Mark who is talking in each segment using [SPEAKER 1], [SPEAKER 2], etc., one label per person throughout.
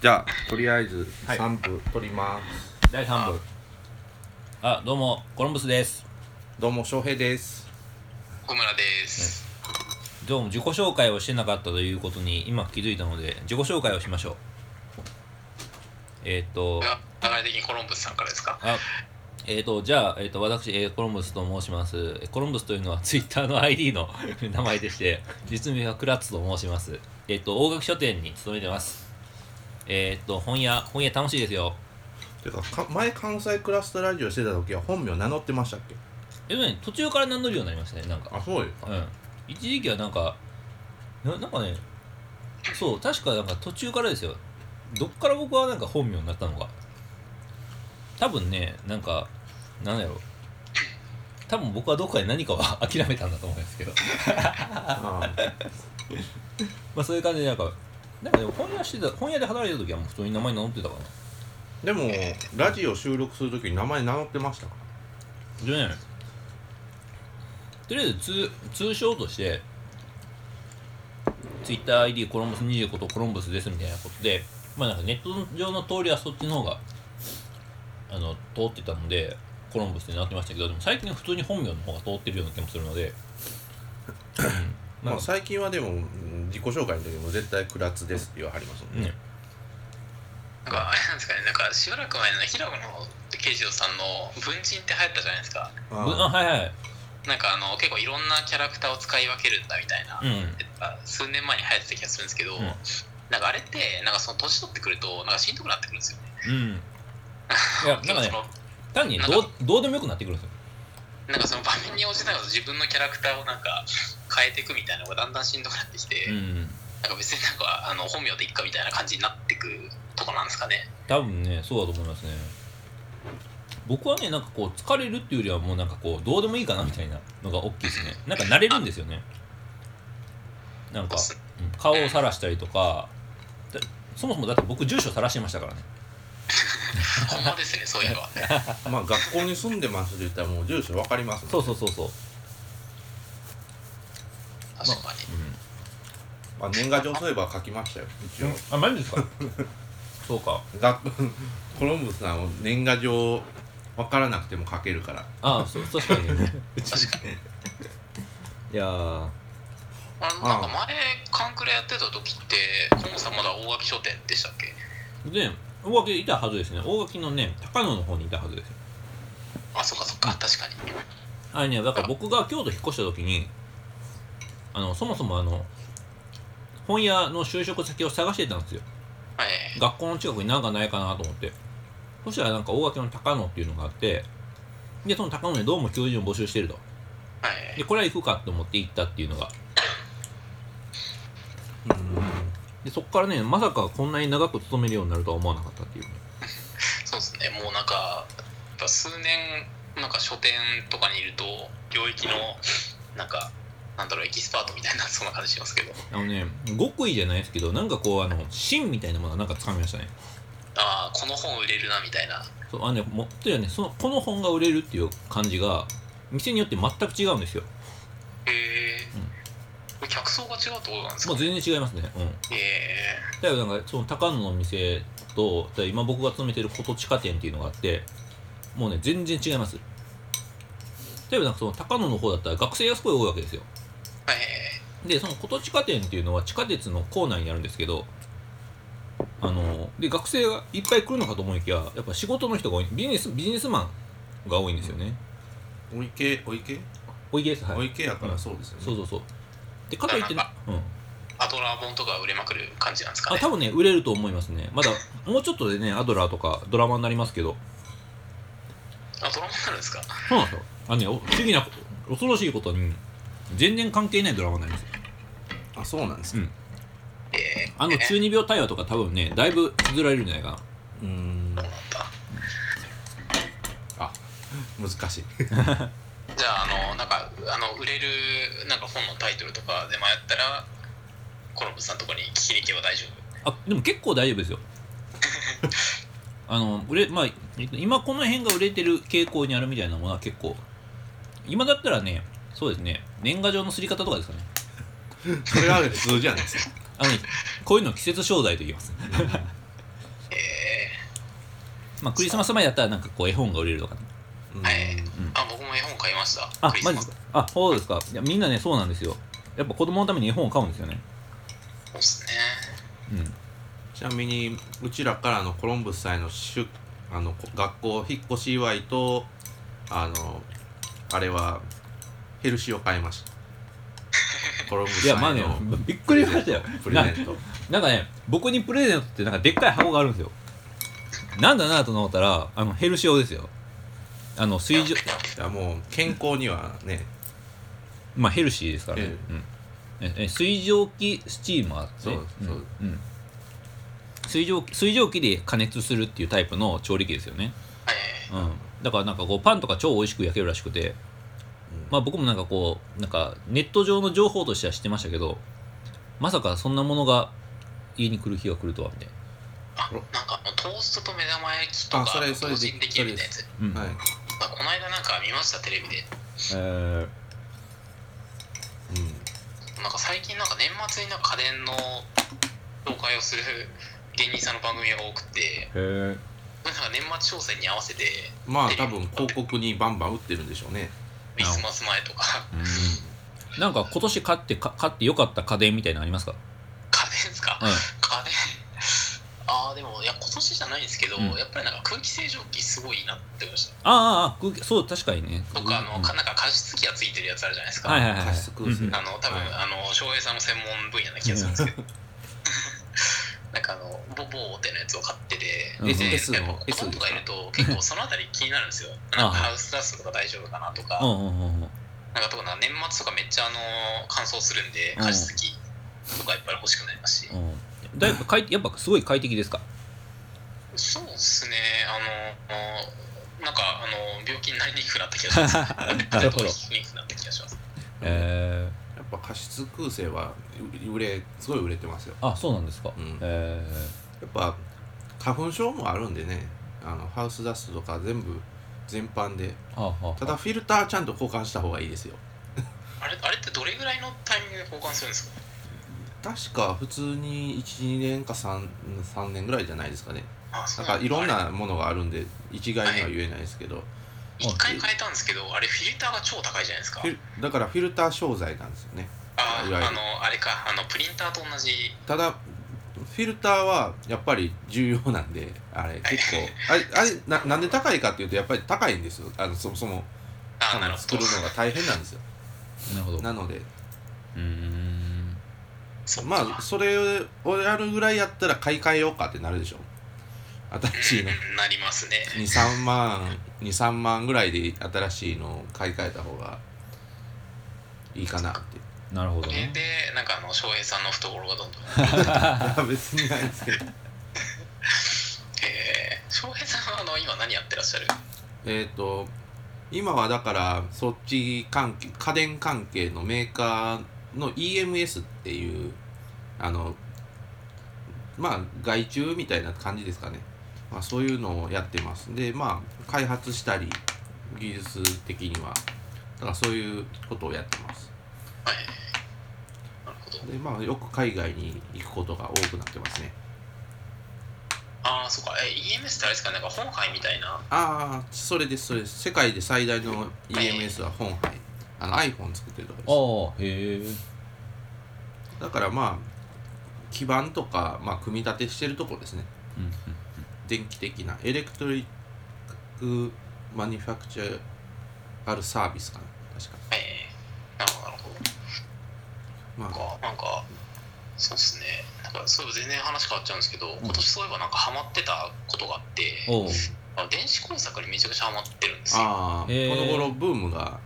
[SPEAKER 1] じゃあとりあえず
[SPEAKER 2] はい
[SPEAKER 1] 3分取ります、
[SPEAKER 2] 第3部
[SPEAKER 3] あどうもコロンブスです
[SPEAKER 2] どうも翔平です
[SPEAKER 4] 小村です。
[SPEAKER 3] どうも自己紹介をしてなかったということに今気づいたので自己紹介をしましょうえーっ、と
[SPEAKER 4] が流れ的にコロンブスさんからですか。
[SPEAKER 3] あえーっ、とじゃあ、えー、と私、えーコロンブスと申しますえコロンブスというのはツイッターの ID の 名前でして実名はクラッツと申しますえーっ、と大垣書店に勤めてますえーっ、と本屋本屋楽しいですよ
[SPEAKER 2] てかか前関西クラスターラジオしてた時は本名名乗ってましたっけ
[SPEAKER 3] えっとね途中から名乗るようになりましたねなんか
[SPEAKER 2] あそうよ
[SPEAKER 3] うん、一時期はなんかななんかねそう確かなんか途中からですよどっから僕はなんか本名になったのか多分ねなんかなんだろう多分僕はどっかで何かは諦めたんだと思うんですけど
[SPEAKER 2] あー
[SPEAKER 3] まあそういう感じでなんかなんかでも本屋してた本屋で働いてた時はもう普通に名前名乗ってたかな
[SPEAKER 2] でもラジオ収録する時に名前名乗ってましたか
[SPEAKER 3] でねとりあえず通通称として TwitterID コロンブス25とコロンブスですみたいなことで、まあ、なんかネット上の通りはそっちの方があの通ってたのでコロンブスになってましたけどでも最近は普通に本名の方が通ってるような気もするので、うん
[SPEAKER 2] まあ、最近はでもうん自己紹介の時も絶対クラツですって言わはりますもんね
[SPEAKER 3] ね、
[SPEAKER 4] なんかあれなんですかね。なんかしばらく前の平野の慶次郎さんの文人って流行ったじゃないですか。
[SPEAKER 2] あ
[SPEAKER 3] ぶ
[SPEAKER 2] ー
[SPEAKER 3] あはいはい
[SPEAKER 4] なんかあの結構いろんなキャラクターを使い分けるんだみたいな。
[SPEAKER 3] うん
[SPEAKER 4] あ数年前に流行ってた気がするんですけど、
[SPEAKER 3] うん
[SPEAKER 4] なんかあれってなんかその年取ってくるとなんかしんどくなってくるんですよね。
[SPEAKER 3] うんいやなんかね
[SPEAKER 4] その
[SPEAKER 3] 単にどうどうでもよくなってくるんですよ
[SPEAKER 4] なんかその場面に応じながら自分のキャラクターをなんか変えていくみたいなのがだんだんしんどくなってきて、
[SPEAKER 3] うん
[SPEAKER 4] なんか別になんかあの本名でいっかみたいな感じになってくとこなんですかね。
[SPEAKER 3] 多分ねそうだと思いますね僕はねなんかこう疲れるっていうよりはもうなんかこうどうでもいいかなみたいなのが大きいですねなんか慣れるんですよねなんか、うん顔を晒したりとかだそもそもだって僕住所晒してましたからね
[SPEAKER 4] ほんまですね、そういえば。
[SPEAKER 2] まあ学校に住んでますって言ったらもう住所わかりますもん
[SPEAKER 3] そうそうそうそう、
[SPEAKER 4] 確かに。
[SPEAKER 2] まあ、年賀状そういえば書きましたよ一応
[SPEAKER 3] あマジですか そうか
[SPEAKER 2] 学コロンブスさんを年賀状わからなくても書けるから
[SPEAKER 3] ああそう確かに
[SPEAKER 4] 確かに
[SPEAKER 3] いやー
[SPEAKER 4] あのなんか前カンクレやってた時って本さんまだ大垣書店でしたっけ
[SPEAKER 3] で大垣いたはずですね大垣のね高野の方にいたはずですよ
[SPEAKER 4] あそっかそっか確かに
[SPEAKER 3] あれねだから僕が京都引っ越した時にあのそもそもあの本屋の就職先を探してたんですよ
[SPEAKER 4] はい
[SPEAKER 3] 学校の近くになんかないかなと思ってそしたらなんか大垣の高野っていうのがあってでその高野にどうも教授を募集してると
[SPEAKER 4] はい
[SPEAKER 3] でこれは行くかと思って行ったっていうのがでそっからねまさかこんなに長く勤めるようになるとは思わなかったっていうね
[SPEAKER 4] そうですねもうなんかやっぱ数年なんか書店とかにいると領域のなんかなんだろうエキスパートみたいなそんな感じしますけど
[SPEAKER 3] あのね極意じゃないですけどなんかこうあの芯みたいなものはなんかつかみましたね
[SPEAKER 4] ああこの本売れるなみたいな
[SPEAKER 3] そうあのね、もというかねそのこの本が売れるっていう感じが店によって全く違うんですよ
[SPEAKER 4] へえ、これ客層が違うってことなんです
[SPEAKER 3] も
[SPEAKER 4] か
[SPEAKER 3] う全然違いますねうん
[SPEAKER 4] へえ
[SPEAKER 3] だからなんかその高野の店とだから今僕が勤めてる琴地下店っていうのがあってもうね全然違います例えばなんかその高野の方だったら学生がすごい多いわけですよ
[SPEAKER 4] はい
[SPEAKER 3] でその琴地下店っていうのは地下鉄の構内にあるんですけどあので学生がいっぱい来るのかと思いきややっぱ仕事の人が多いビジネスビジネスマンが多いんですよね
[SPEAKER 2] お池お池、
[SPEAKER 3] おいでですはい
[SPEAKER 2] お池やからそうですよね、
[SPEAKER 3] そうそうそうでかといってね
[SPEAKER 4] あ
[SPEAKER 3] うん
[SPEAKER 4] アドラー本とか売れまくる感じなんですか
[SPEAKER 3] あ
[SPEAKER 4] ね
[SPEAKER 3] 多分ね売れると思いますねまだもうちょっとでねアドラーとかドラマになりますけど
[SPEAKER 4] アドラー本なんですか
[SPEAKER 3] そうなんですよあのねお不思議なこ恐ろしいことに全然関係ないドラマになりますよ
[SPEAKER 2] あそうなんですか
[SPEAKER 4] へえ
[SPEAKER 3] あの中二病対話とか多分ねだいぶ削られるんじゃないかな
[SPEAKER 2] うーん
[SPEAKER 4] そうなんだ
[SPEAKER 2] あ難しい
[SPEAKER 4] じゃああのなんかあの売れるなんか本のタイトルとかで迷ったらコロンブスさんのとこに聞きに行けば大丈夫
[SPEAKER 3] あでも結構大丈夫 ですよあの売れまあえっと今この辺が売れてる傾向にあるみたいなものは結構今だったらねそうですね年賀状のすり方とかですかね
[SPEAKER 2] それは普通じゃないですか
[SPEAKER 3] あのねこういうのを季節商材と言いますまあ、クリスマス前やったらなんかこう絵本が売れるとかね
[SPEAKER 2] うん
[SPEAKER 4] はいあ僕も絵本買いました
[SPEAKER 3] あ
[SPEAKER 4] クリ
[SPEAKER 3] マ
[SPEAKER 4] ス
[SPEAKER 3] ジで
[SPEAKER 4] マ
[SPEAKER 3] す
[SPEAKER 4] ス
[SPEAKER 3] かあそうですかいやみんなねそうなんですよやっぱ子供のために絵本を買うんですよね
[SPEAKER 4] そうですね
[SPEAKER 3] うん
[SPEAKER 2] ちなみにうちらからのコロンブスさんへの出あのこ学校引っ越し祝いとあのあれはヘルシーを買いましたコロンブ
[SPEAKER 3] い
[SPEAKER 2] ス
[SPEAKER 3] や
[SPEAKER 2] さ
[SPEAKER 3] まあ
[SPEAKER 2] んへ
[SPEAKER 3] ね
[SPEAKER 2] の
[SPEAKER 3] びっくりし ましたよ
[SPEAKER 2] プレゼント
[SPEAKER 3] なんかね僕にプレゼントってなんかでっかい箱があるんですよなんだなと思ったらあのヘルシオですよあの水上
[SPEAKER 2] いやもう健康にはね
[SPEAKER 3] まあヘルシーですから
[SPEAKER 2] え
[SPEAKER 3] ね、うん、ええ水蒸気スチーマーってね
[SPEAKER 2] そうそう
[SPEAKER 3] うんうん水蒸気水蒸気で加熱するっていうタイプの調理器ですよね、
[SPEAKER 4] はい
[SPEAKER 3] うん、だからなんかこうパンとか超美味しく焼けるらしくて、まあ、僕もなんかこうなんかネット上の情報としては知ってましたけどまさかそんなものが家に来る日が来るとはみたいな、
[SPEAKER 4] あなんかあのトーストと目玉焼きと
[SPEAKER 2] あ
[SPEAKER 4] か
[SPEAKER 2] それそれ
[SPEAKER 4] 同時にできるみたいなやつ
[SPEAKER 3] うん
[SPEAKER 2] はい、
[SPEAKER 4] あこの間なんか見ましたテレビで
[SPEAKER 3] えー
[SPEAKER 2] う
[SPEAKER 4] なんか最近なんか年末になんか家電の紹介をする芸人さんの番組が多くて
[SPEAKER 3] へー
[SPEAKER 4] なんか年末商戦に合わせて
[SPEAKER 2] ん、まあ多分広告にバンバン打ってるんでしょうね
[SPEAKER 4] クリスマス前とか
[SPEAKER 3] うんなんか今年買ってか買って良かった家電みたいなのありますか、
[SPEAKER 4] 家電ですか、
[SPEAKER 3] うん、
[SPEAKER 4] 家電 ああでもいや今年じゃないんですけど、
[SPEAKER 3] うん
[SPEAKER 4] やっぱりなんか空気清浄機すごいいいなって思いました
[SPEAKER 3] あーあー空気そう確かにね
[SPEAKER 4] 僕あの、
[SPEAKER 3] うん
[SPEAKER 4] かなんか加湿器がついてるやつあるじゃないですか、
[SPEAKER 3] はいはいはい
[SPEAKER 2] 加湿空
[SPEAKER 3] うんう
[SPEAKER 2] 水
[SPEAKER 3] ん
[SPEAKER 4] あの多分、
[SPEAKER 2] はい
[SPEAKER 4] あの翔平さんの専門分野な気がするんですけどなんかあのボボーってのやつを買ってて
[SPEAKER 3] うん
[SPEAKER 4] で
[SPEAKER 3] うん
[SPEAKER 2] S
[SPEAKER 4] やっぱ
[SPEAKER 2] の
[SPEAKER 4] 子
[SPEAKER 2] S
[SPEAKER 4] 供とかいると結構そのあたり気になるんですよなんかハウスダストとか大丈夫かなとか、
[SPEAKER 3] うんうんうんうん
[SPEAKER 4] なんかとかなんか年末とかめっちゃあの乾燥するんで加湿器とかいっぱい欲しくなりますし、
[SPEAKER 3] うんだいぶ快やっぱすごい快適ですか
[SPEAKER 4] そうですねあのあのなんかあの病気になりにくくなった気がします
[SPEAKER 3] なるほど
[SPEAKER 4] ちょっと引きにくくなった気がします
[SPEAKER 3] え
[SPEAKER 2] やっぱ加湿空性はう売れすごい売れてますよ
[SPEAKER 3] ー、あそうなんですか、
[SPEAKER 2] うん
[SPEAKER 3] え
[SPEAKER 2] やっぱ花粉症もあるんでねあのハウスダストとか全部全般で
[SPEAKER 3] ー、はあはあ
[SPEAKER 2] ただフィルターちゃんと交換した方がいいですよ
[SPEAKER 4] あれあれってどれぐらいのタイミングで交換するんですか
[SPEAKER 2] 確か普通に12年か 3, 3年ぐらいじゃないですかね
[SPEAKER 4] あそ
[SPEAKER 2] な
[SPEAKER 4] うんだ
[SPEAKER 2] かいろんなものがあるんで一概には言えないですけど
[SPEAKER 4] 一回変えたんですけど、あれフィルターが超高いじゃないですか
[SPEAKER 2] フ。ィルだからフィルター商材なんですよね
[SPEAKER 4] あ
[SPEAKER 2] いわゆる
[SPEAKER 4] あの、あれか、あのプリンターと同じ。
[SPEAKER 2] ただフィルターはやっぱり重要なんであれ結構あれあれななんで高いかっていうとやっぱり高いんですよあのそもそも
[SPEAKER 4] あ
[SPEAKER 2] 多
[SPEAKER 4] ーなる
[SPEAKER 2] 分
[SPEAKER 4] ほ
[SPEAKER 2] 作
[SPEAKER 4] ど
[SPEAKER 2] る。のが大変なんですよ
[SPEAKER 3] なるほど
[SPEAKER 2] なので
[SPEAKER 3] うーん
[SPEAKER 4] そうま
[SPEAKER 2] まあ
[SPEAKER 4] あ、
[SPEAKER 2] それをやるぐらいやったら買い替えようかってなるでしょ新しいの
[SPEAKER 4] うんなりますね。
[SPEAKER 2] 23万23万ぐらいで新しいのを買い替えた方がいいかなって
[SPEAKER 3] なるほ
[SPEAKER 4] そ
[SPEAKER 3] ど
[SPEAKER 4] れ
[SPEAKER 3] ね
[SPEAKER 4] で、なんかあの翔平さんの懐がどんどん。
[SPEAKER 2] いや 別にないですけど
[SPEAKER 4] えー、翔平さんはあの今何やってらっしゃる
[SPEAKER 2] えっと今はだからそっち関係家電関係のメーカーの EMS っていうあのまあ外注みたいな感じですかね、まあ、そういうのをやってますでまあ開発したり技術的にはだからそういうことをやってます
[SPEAKER 4] はい。なるほど。
[SPEAKER 2] でまあよく海外に行くことが多くなってますね
[SPEAKER 4] ああ、そうか。え、EMS ってあれですか、なんか本杯みたいな。
[SPEAKER 2] ああそれですそれです世界で最大の EMS は本杯あの iPhone 作ってるとこ
[SPEAKER 3] あ
[SPEAKER 2] で
[SPEAKER 3] あへえ
[SPEAKER 2] すだからまあ基板とか、まあ、組み立てしてるとこですね
[SPEAKER 3] うん
[SPEAKER 2] 電気的なエレクトリックマニュファクチャーあるサービスかな確か
[SPEAKER 4] はい。なるほど、なるほど。
[SPEAKER 2] まあ
[SPEAKER 4] なんか、なんかそうですね。なんか、そういえば全然話変わっちゃうんですけど、今年そういえばなんかハマってたことがあって。
[SPEAKER 3] うんおう
[SPEAKER 4] あの電子工作にめちゃくちゃハマってるんですよ。
[SPEAKER 2] ああ、
[SPEAKER 3] へー
[SPEAKER 2] この頃ブームが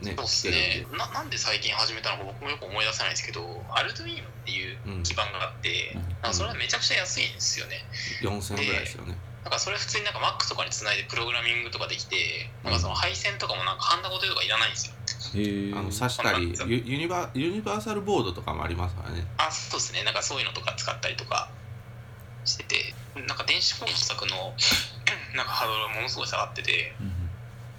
[SPEAKER 2] ね
[SPEAKER 4] そうっ
[SPEAKER 2] 来
[SPEAKER 4] す
[SPEAKER 2] てるん
[SPEAKER 4] ね
[SPEAKER 2] で、
[SPEAKER 4] ななんで最近始めたのか僕もよく思い出せないんですけどアルドゥイーノっていう
[SPEAKER 2] うん
[SPEAKER 4] 基板があって、
[SPEAKER 3] うん
[SPEAKER 4] なんかそれはめちゃくちゃ安いんですよね
[SPEAKER 2] 4000ぐらいですよね
[SPEAKER 4] なんかそれ普通になんか Mac とかにつないでプログラミングとかできてなんかその配線とかもなんかハンダごととかいらないんですよ
[SPEAKER 3] へえ
[SPEAKER 2] あの挿したり
[SPEAKER 4] うん
[SPEAKER 2] ユユニバユニバーサルボードとかもありますからね
[SPEAKER 4] あそうですねなんかそういうのとか使ったりとかしててなんか電子工作の なんかハードルがものすごい下がってて
[SPEAKER 3] うん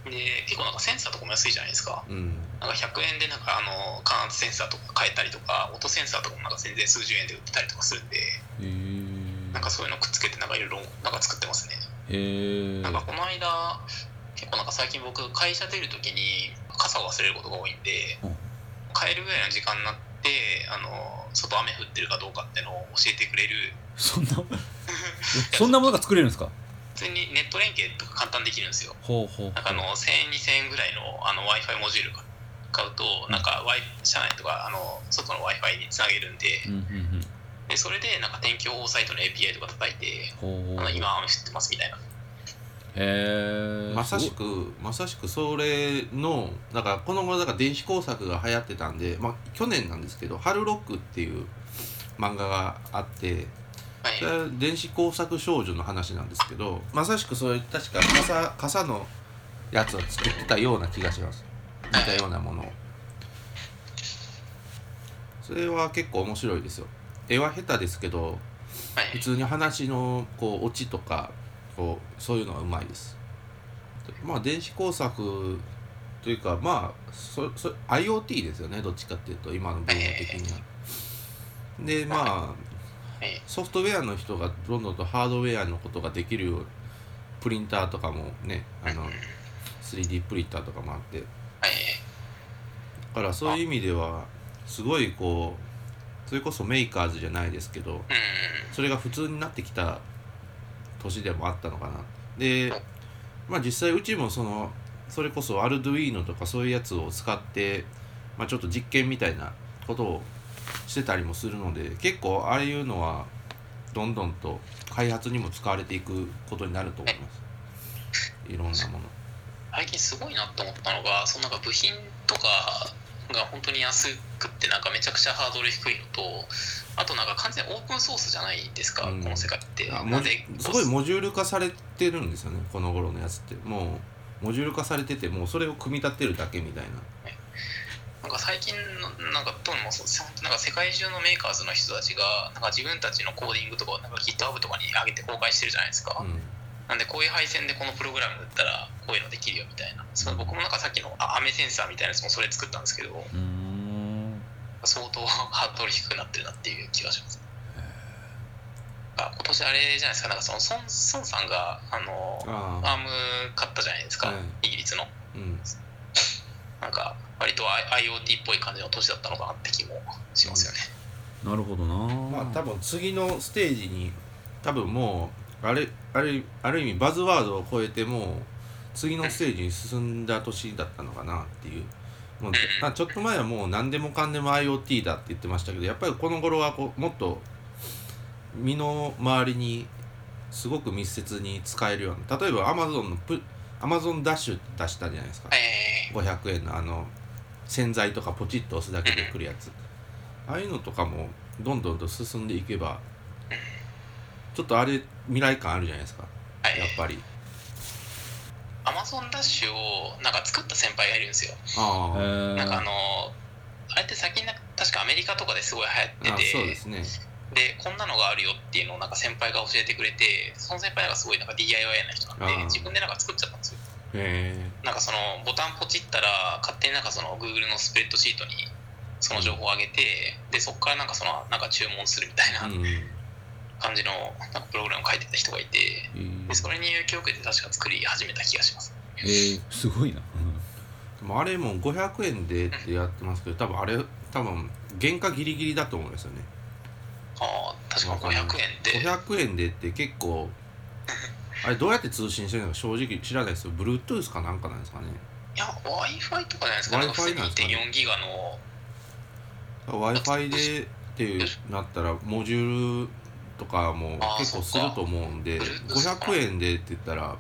[SPEAKER 3] うん
[SPEAKER 4] で結構なんかセンサーとかも安いじゃないですか
[SPEAKER 2] うん
[SPEAKER 4] なんか100円でなんかあの感圧センサーとか変えたりとか音センサーとかもなんか全然数十円で売ってたりとかするんで
[SPEAKER 3] へえ
[SPEAKER 4] なんかそういうのくっつけてなんかいろいろなんか作ってますね
[SPEAKER 5] へえ
[SPEAKER 4] なんかこの間結構なんか最近僕会社出る時に傘を忘れることが多いんで、
[SPEAKER 5] うん
[SPEAKER 4] 帰るぐらいの時間になってあの外雨降ってるかどうかってのを教えてくれる
[SPEAKER 5] そん なそんなものが作れるんですか
[SPEAKER 4] 普通にネット連携とか簡単にできるんですよ
[SPEAKER 5] ほうほう
[SPEAKER 4] なんかあの1000円2000円ぐらいのあの w i f i モジュール買うとなんか、ワイ社内とかあの外の w i f i につなげるんで
[SPEAKER 5] うんうんうん
[SPEAKER 4] でそれでなんか天気予報サイトの API とか叩いて
[SPEAKER 5] ほう
[SPEAKER 4] あ
[SPEAKER 5] ほう
[SPEAKER 4] の
[SPEAKER 5] へ
[SPEAKER 4] 今雨降ってますみたいな
[SPEAKER 5] え
[SPEAKER 2] まさしくまさしくそれのだからこの頃だから電子工作が流行ってたんで、まあ、去年なんですけど「春ロック」っていう漫画があって
[SPEAKER 4] はい
[SPEAKER 2] それは電子工作少女の話なんですけどまさしくそういう確か傘傘のやつを作ってたような気がします似たようなものをそれは結構面白いですよ絵は下手ですけど
[SPEAKER 4] は
[SPEAKER 2] 普
[SPEAKER 4] い
[SPEAKER 2] 通に話のこうオチとかこうそういうのはうまいですまあ電子工作というかまあそそ IoT ですよねどっちかっていうと今の分野的にはでまあ
[SPEAKER 4] はい
[SPEAKER 2] ソフトウェアの人がどんどんとハードウェアのことができるようプリンターとかもねあの 3D プリンターとかもあってだ
[SPEAKER 4] はい
[SPEAKER 2] からそういう意味ではすごいこうそれこそメーカーズじゃないですけど
[SPEAKER 4] う
[SPEAKER 2] それが普通になってきた年でもあったのかなでまあ実際うちもそのそれこそアルドゥイーノとかそういうやつを使って、まあ、ちょっと実験みたいなことをしてたりもするので結構ああいうのはどんどんと開発にも使われていくことになると思いますいろんなもの
[SPEAKER 4] 最近すごいなと思ったのがそのなんか部品とかが本当に安くってなんかめちゃくちゃハードル低いのとあとなんか完全にオープンソースじゃないですか、
[SPEAKER 2] うん
[SPEAKER 4] この世界って
[SPEAKER 2] あ
[SPEAKER 4] な
[SPEAKER 2] も
[SPEAKER 4] ん
[SPEAKER 2] じ
[SPEAKER 4] です
[SPEAKER 2] ごいモジュール化されてるんですよねこの頃のやつってもうモジュール化されててもうそれを組み立てるだけみたいな
[SPEAKER 4] なんか最近のなんかどうもそう本当なんか世界中のメーカーズの人たちがなんか自分たちのコーディングとかをなんか GitHub とかに上げて公開してるじゃないです
[SPEAKER 2] う
[SPEAKER 4] か、
[SPEAKER 2] ん
[SPEAKER 4] なんでこういう配線でこのプログラムだったらこういうのできるよみたいなその僕もなんかさっきのあ雨センサーみたいなやつもそれ作ったんですけど
[SPEAKER 5] うーん
[SPEAKER 4] 相当ハードル低くなってるなっていう気がします。あ今年あれじゃないですか、なんかその孫孫さんがあの
[SPEAKER 2] ああ
[SPEAKER 4] アーム買ったじゃないですか、
[SPEAKER 2] は
[SPEAKER 4] イギリスの。
[SPEAKER 2] うん
[SPEAKER 4] なんか割と I- IoT っぽい感じの年だったのかなって気もしますよね。
[SPEAKER 5] なるほどな
[SPEAKER 2] まあ多分次のステージに多分もうあれあれある意味バズワードを超えてもう次のステージに進んだ年だったのかなっていうもうまあちょっと前はもう何でもかんでも IoT だって言ってましたけどやっぱりこの頃はこうもっと身の回りにすごく密接に使えるような例えば Amazon のプ Amazon ダッシュって出したじゃないですか。
[SPEAKER 4] え
[SPEAKER 2] 500円のあの洗剤とかポチッと押すだけでくるやつああいうのとかもどんどんと進んでいけばちょっとあれ未来感あるじゃないですか
[SPEAKER 4] ー
[SPEAKER 2] やっぱり
[SPEAKER 4] はい、Amazon ダッシュをなんか作った先輩がいるんですよ。
[SPEAKER 2] あ
[SPEAKER 5] へ
[SPEAKER 2] あ
[SPEAKER 5] ー
[SPEAKER 4] なんかあのあれって先になんか確かアメリカとかですごい流行
[SPEAKER 2] あ
[SPEAKER 4] ってて
[SPEAKER 2] そうですね
[SPEAKER 4] でこんなのがあるよっていうのをなんか先輩が教えてくれてその先輩がすごいなんか DIY な人なんで
[SPEAKER 2] あー
[SPEAKER 4] 自分でなんか作っちゃったんですよ
[SPEAKER 2] へえ
[SPEAKER 4] なんかそのボタンポチったら勝手になんかその Google のスプレッドシートにその情報を上げてでそこからなんかそのなんか注文するみたいな
[SPEAKER 2] うん
[SPEAKER 4] 感じのなんかプログラムを書いてた人がいてでそれに影響を受けて確か作り始めた気がします
[SPEAKER 5] えー、すごいな、
[SPEAKER 2] でもあれも500円でってやってますけど多分あれ多分原価ギリギリだと思うんですよね
[SPEAKER 4] ああ確か500円って
[SPEAKER 2] 500円でって結構あれどうやって通信してるのか正直知らないですよ Bluetooth かなんかなんですかね
[SPEAKER 4] いや w i f i とかじゃないですかなんか普通に
[SPEAKER 2] Wi-Fi なんですかね
[SPEAKER 4] 1.4ギガの
[SPEAKER 2] w i f i でっていうなったらモジュールとかも
[SPEAKER 4] あー
[SPEAKER 2] 結構す
[SPEAKER 4] そっ
[SPEAKER 2] る
[SPEAKER 4] か
[SPEAKER 2] と思うんで
[SPEAKER 4] Bluetooth
[SPEAKER 2] 500円でって言ったら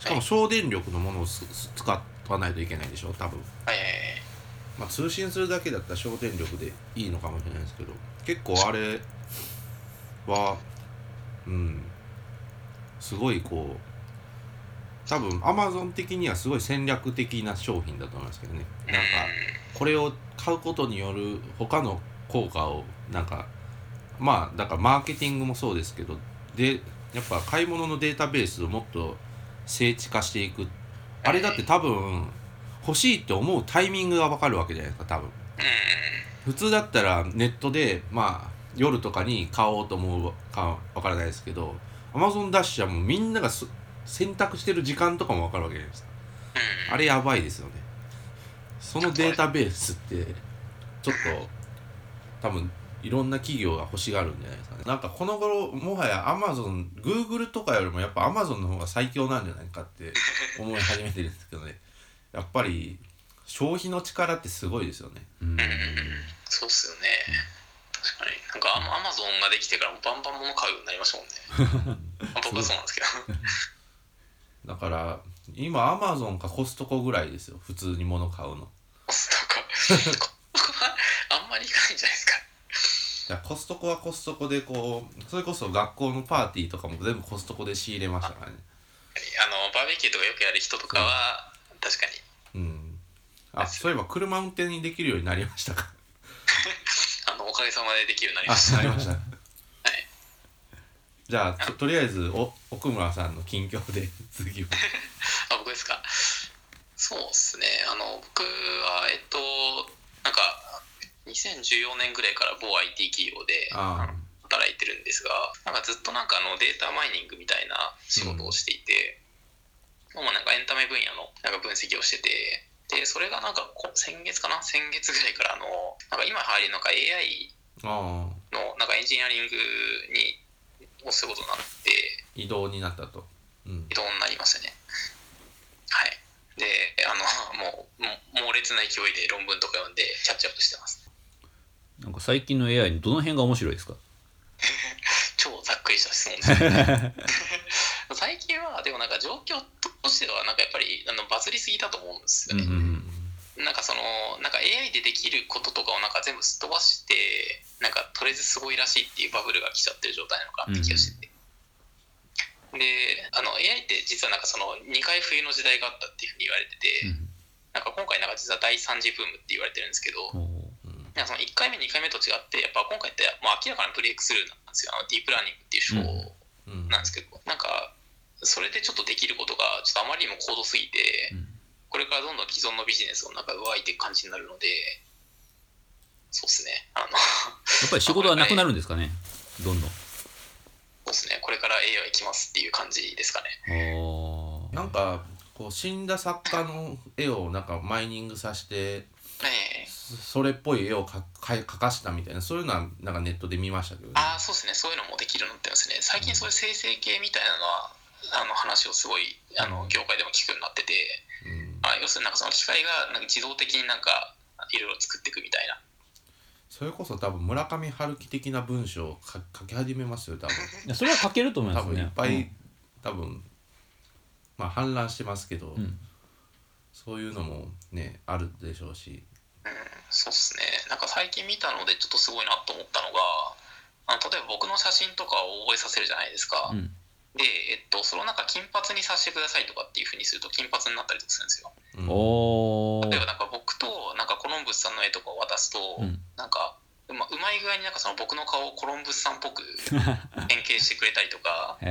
[SPEAKER 2] しかも省電力のものをすす使わないといけないでしょ多分、
[SPEAKER 4] え
[SPEAKER 2] まあ、通信するだけだったら省電力でいいのかもしれないですけど結構あれはうんすごいこう多分 Amazon 的にはすごい戦略的な商品だと思いますけどね
[SPEAKER 4] ー
[SPEAKER 2] なんか
[SPEAKER 4] うん
[SPEAKER 2] これを買うことによる他の効果をなんかまあだからマーケティングもそうですけどでやっぱ買い物のデータベースをもっと精緻化していくあれだって多分欲しいって思うタイミングが分かるわけじゃないですか多分
[SPEAKER 4] う
[SPEAKER 2] 普通だったらネットでまあ夜とかに買おうと思うかわからないですけど Amazon ダッシュはもうみんながそ選択してる時間とかも分かるわけじゃないですか
[SPEAKER 4] うん
[SPEAKER 2] あれやばいですよねそのデータベースってちょっと多分いろんな企業が欲しがるんじゃないですかねなんかこの頃もはや AmazonGoogle とかよりもやっぱ Amazon の方が最強なんじゃないかって思い始めてるんですけどねやっぱり消費の力ってすごいですよねうん
[SPEAKER 4] うんうんうんそうっすよね確かになんかアマゾンができてからバンバン物買うようになりましたもんね まあ僕はそうなんですけど
[SPEAKER 2] だから今 Amazon かコストコぐらいですよ普通に物買うの
[SPEAKER 4] コストコあんまり行かないんじゃないですか
[SPEAKER 2] いやコストコはコストコでこうそれこそ学校のパーティーとかも全部コストコで仕入れましたからね
[SPEAKER 4] あのバーベキューとかよくやる人とかは、確かに
[SPEAKER 2] うんあそういえば車運転にできるようになりました か
[SPEAKER 4] あのおかげさまでできるようになり
[SPEAKER 2] あ
[SPEAKER 4] ました
[SPEAKER 2] なりましたじゃあととりあえずお奥村さんの近況で 次は
[SPEAKER 4] あ僕ですかそうですねあの僕はえっとなんか2014年ぐらいから某 IT 企業で
[SPEAKER 2] ああ
[SPEAKER 4] 働いてるんですがなんかずっとなんかあのデータマイニングみたいな仕事をしていて、主なんかエンタメ分野のなんか分析をしててでそれがなんかこ先月かな先月ぐらいからあのなんか今入りのなんか AI
[SPEAKER 2] ああ
[SPEAKER 4] のなんかエンジニアリングにをすることになって
[SPEAKER 2] 移動になったと、うん
[SPEAKER 4] 移、動になりましたねはいであの もうも猛烈な勢いで論文とか読んでキャッチアップしてます
[SPEAKER 3] なんか最近の AI にどの辺が面白 いですか
[SPEAKER 4] 超ざっくりした質問 ですね最近はでもなんか状況としてはなんかやっぱりあのバズりすぎたと思うんですよね、
[SPEAKER 3] うんうん
[SPEAKER 4] なんかそのなんか AI でできることとかをなんか全部すっ飛ばしてなんかとりあえずすごいらしいっていうバブルが来ちゃってる状態なのかなって気がしてて、であの AI って実はなんかその2回冬の時代があったっていうふうに言われてて、なんか今回なんか実は第3次ブームって言われてるんですけど、
[SPEAKER 3] う
[SPEAKER 2] う
[SPEAKER 3] ん
[SPEAKER 2] ん
[SPEAKER 4] なんかその1回目2回目と違ってやっぱ今回ってもう明らかなブレイクスルーなんですよあのディープラーニングっていう手法
[SPEAKER 2] うん
[SPEAKER 4] なんですけど、なんかそれでちょっとできることがちょっとあまりにも高度すぎて、
[SPEAKER 3] うん
[SPEAKER 4] これからどんどん既存のビジネスの中上いていく感じになるのでそうですねあの
[SPEAKER 3] やっぱり仕事はなくなるんですかねどんどん
[SPEAKER 4] そうですねこれから AI は来ますっていう感じですかね
[SPEAKER 3] おー
[SPEAKER 2] なんかこう死んだ作家の絵をなんかマイニングさせて
[SPEAKER 4] ええ
[SPEAKER 2] そそれっぽい絵をかか描かしたみたいなそういうのはなんかネットで見ましたけどね
[SPEAKER 4] ああそうですねそういうのもできるようになってますね最近そういう生成系みたいなのはあの話をすごいあの業界でも聞くようになってて、
[SPEAKER 2] うん、
[SPEAKER 4] まあ、要するになんかその機械がなんか自動的になんかいろいろ作っていくみたいな
[SPEAKER 2] それこそ多分村上春樹的な文章を書書き始めますよ多分
[SPEAKER 3] いやそれは書けると思いま
[SPEAKER 2] 多
[SPEAKER 3] す
[SPEAKER 2] 分い
[SPEAKER 3] ね
[SPEAKER 2] っぱい、多分まあ氾濫してますけど、
[SPEAKER 3] うん
[SPEAKER 2] そういうのもねあるでしょうし
[SPEAKER 4] そうっすねなんか最近見たのでちょっとすごいなと思ったのがあの例えば僕の写真とかを覚えさせるじゃないですか、
[SPEAKER 3] うん
[SPEAKER 4] で、えっと、そのなんか金髪にさせてくださいとかっていうふうにすると金髪になったりとかするんですよ
[SPEAKER 2] うん
[SPEAKER 3] おー
[SPEAKER 4] 例えばなんか僕となんかコロンブスさんの絵とかを渡すと、
[SPEAKER 3] うん
[SPEAKER 4] なんかうまうまい具合になんかその僕の顔をコロンブスさんっぽ く変形してくれたりとか
[SPEAKER 3] へ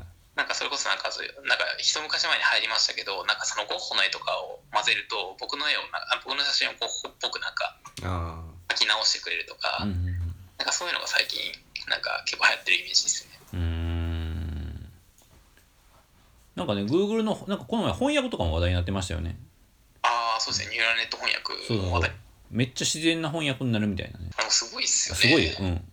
[SPEAKER 3] え
[SPEAKER 4] なんかそれこそなんかそういうなんか一昔前に入りましたけどなんかそのゴッホの絵とかを混ぜると僕の絵をなあ僕の写真をゴッホっぽくなんか
[SPEAKER 2] あ
[SPEAKER 4] 描き直してくれるとか、
[SPEAKER 3] うん
[SPEAKER 4] なんかそういうのが最近なんか結構流行ってるイメージですね。
[SPEAKER 3] うーんなんかね Google のなんかこの前翻訳とかも話題になってましたよね
[SPEAKER 4] ああそうですねニューラルネット翻訳
[SPEAKER 3] そう
[SPEAKER 4] の話題
[SPEAKER 3] めっちゃ自然な翻訳になるみたいなね
[SPEAKER 4] あのすごいっすよね。
[SPEAKER 3] すごいよ、うん、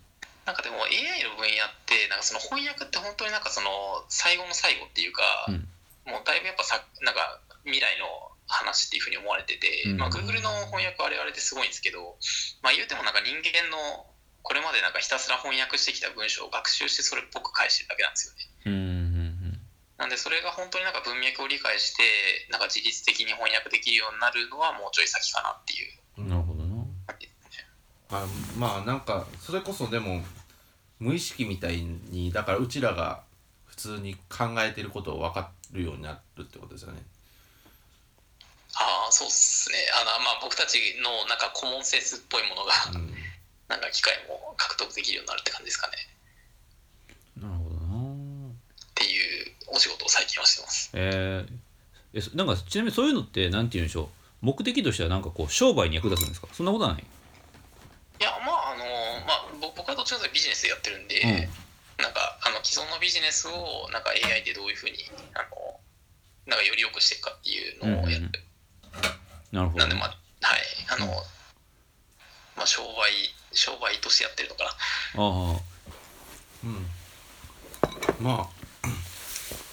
[SPEAKER 4] なんかでも AI の分野ってなんかその翻訳って本当になんかその最後の最後っていうか、
[SPEAKER 3] うん
[SPEAKER 4] もうだいぶやっぱさなんか未来の話っていうふうに思われてて、
[SPEAKER 3] うん
[SPEAKER 4] まあ、Google の翻訳はあれはあれですごいんですけど、まあ、言うてもなんか人間のこれまでなんかひたすら翻訳してきた文章を学習してそれっぽく返してるだけなんですよね。
[SPEAKER 3] うんうん
[SPEAKER 4] なんでそれが本当になんか文脈を理解してなんか自律的に翻訳できるようになるのはもうちょい先かなっていう
[SPEAKER 2] あ
[SPEAKER 3] うんなるほどな
[SPEAKER 4] 感じですね。
[SPEAKER 2] あまあなんかそれこそでも無意識みたいにだからうちらが普通に考えてることを分かるようになるってことですよね
[SPEAKER 4] ああそうっすね。あのまあ僕たちのなんかコモンセンスっぽいものが
[SPEAKER 2] うん
[SPEAKER 4] なんか機会も獲得できるようになるって感じですかね
[SPEAKER 3] なるほどな
[SPEAKER 4] っていうお仕事を最近はしてます
[SPEAKER 3] えーえそなんかちなみにそういうのってなんて言うんでしょう目的としてはなんかこう商売に役立つんですかそんなことはない
[SPEAKER 4] いやまああのまあぼ僕はどっちかというとビジネスでやってるんで、
[SPEAKER 3] うん
[SPEAKER 4] なんかあの既存のビジネスをなんか AI でどういうふうにあのなんかより良くしていくかっていうのをやる、
[SPEAKER 3] なるほ
[SPEAKER 4] な
[SPEAKER 3] ど
[SPEAKER 4] んでまあはいあの、まあ、商売商売としてやってるのかな
[SPEAKER 3] あ
[SPEAKER 2] うんまあ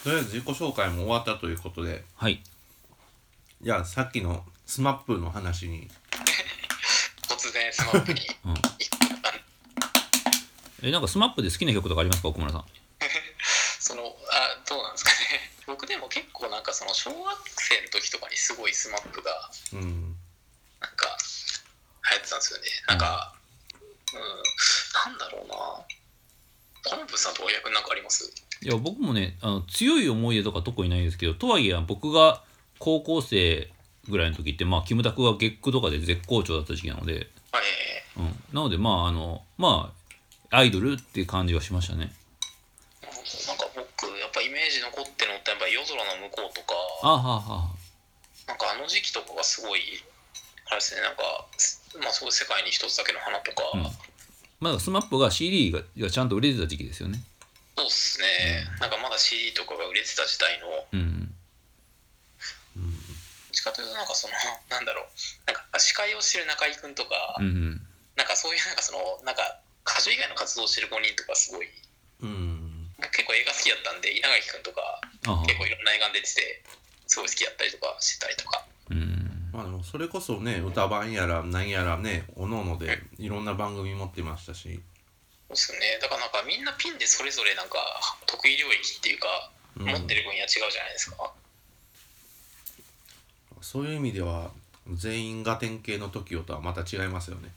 [SPEAKER 2] とりあえず自己紹介も終わったということで
[SPEAKER 3] あはい
[SPEAKER 2] じゃあさっきの SMAP の話に
[SPEAKER 4] 突然スマッ プに
[SPEAKER 3] うんえなんかスマップで好きな曲とかありますか奥村さん
[SPEAKER 4] そのあどうなんですかね僕でも結構なんかその小学生の時とかにすごいスマップが
[SPEAKER 2] うん
[SPEAKER 4] なんか流行ってたんですよねなんかうん、なんだろうなコンブさんとか逆になんかあります
[SPEAKER 3] いや僕もねあの強い思い出とか特にないですけどとはいえ僕が高校生ぐらいの時ってまあキムタクは月9とかで絶好調だった時期なので、
[SPEAKER 4] はいえ
[SPEAKER 3] うん、なのでまああのまあアイドルっていう感じはしましたね
[SPEAKER 4] ーなんか僕やっぱイメージ残ってるのってやっぱ夜空の向こうとか
[SPEAKER 3] あはあは
[SPEAKER 4] なんかあの時期とかがすごいあれですねなんかまあそういう世界に一つだけの花とか、
[SPEAKER 3] あ、うん、まだスマップが CD ががちゃんと売れてた時期ですよね
[SPEAKER 4] そうっすね、なんかまだ CD とかが売れてた時代のどっ
[SPEAKER 3] うん
[SPEAKER 4] ちかというとなんかそのなんだろうなんか司会をしてる中居君とか、
[SPEAKER 3] うんうん
[SPEAKER 4] なんかそういうなんかそのなんか歌手以外の活動をしてる5人とかすごい
[SPEAKER 2] うん
[SPEAKER 4] 僕結構映画好きだったんで稲垣君とか
[SPEAKER 3] あはあ
[SPEAKER 4] 結構いろんな映画に出ててすごい好きだったりとかしてたりとか
[SPEAKER 3] うん
[SPEAKER 2] まあでもそれこそね歌番やら何やらねおのおのでいろんな番組持ってましたし、
[SPEAKER 4] そうですよねだからなんかみんなピンでそれぞれなんか得意領域っていうか
[SPEAKER 2] うん
[SPEAKER 4] 持ってる分野違うじゃないですか、
[SPEAKER 2] そういう意味では全員が典型の TOKIO とはまた違いますよね、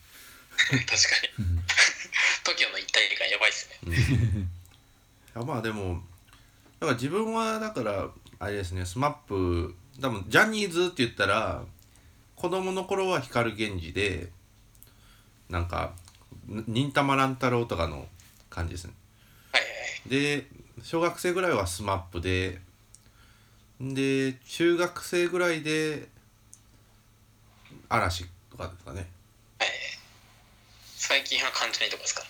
[SPEAKER 4] 確かに TOKIO の一体感やばいっすね
[SPEAKER 2] うんいやまあでもだから自分はだからあれですね SMAP 多分ジャニーズって言ったら子供の頃は光源氏でなんか忍たま乱太郎とかの感じですね
[SPEAKER 4] はい
[SPEAKER 2] で小学生ぐらいは SMAP でで中学生ぐらいで嵐とかですかね
[SPEAKER 4] はいはい最近は関ジャニとかですか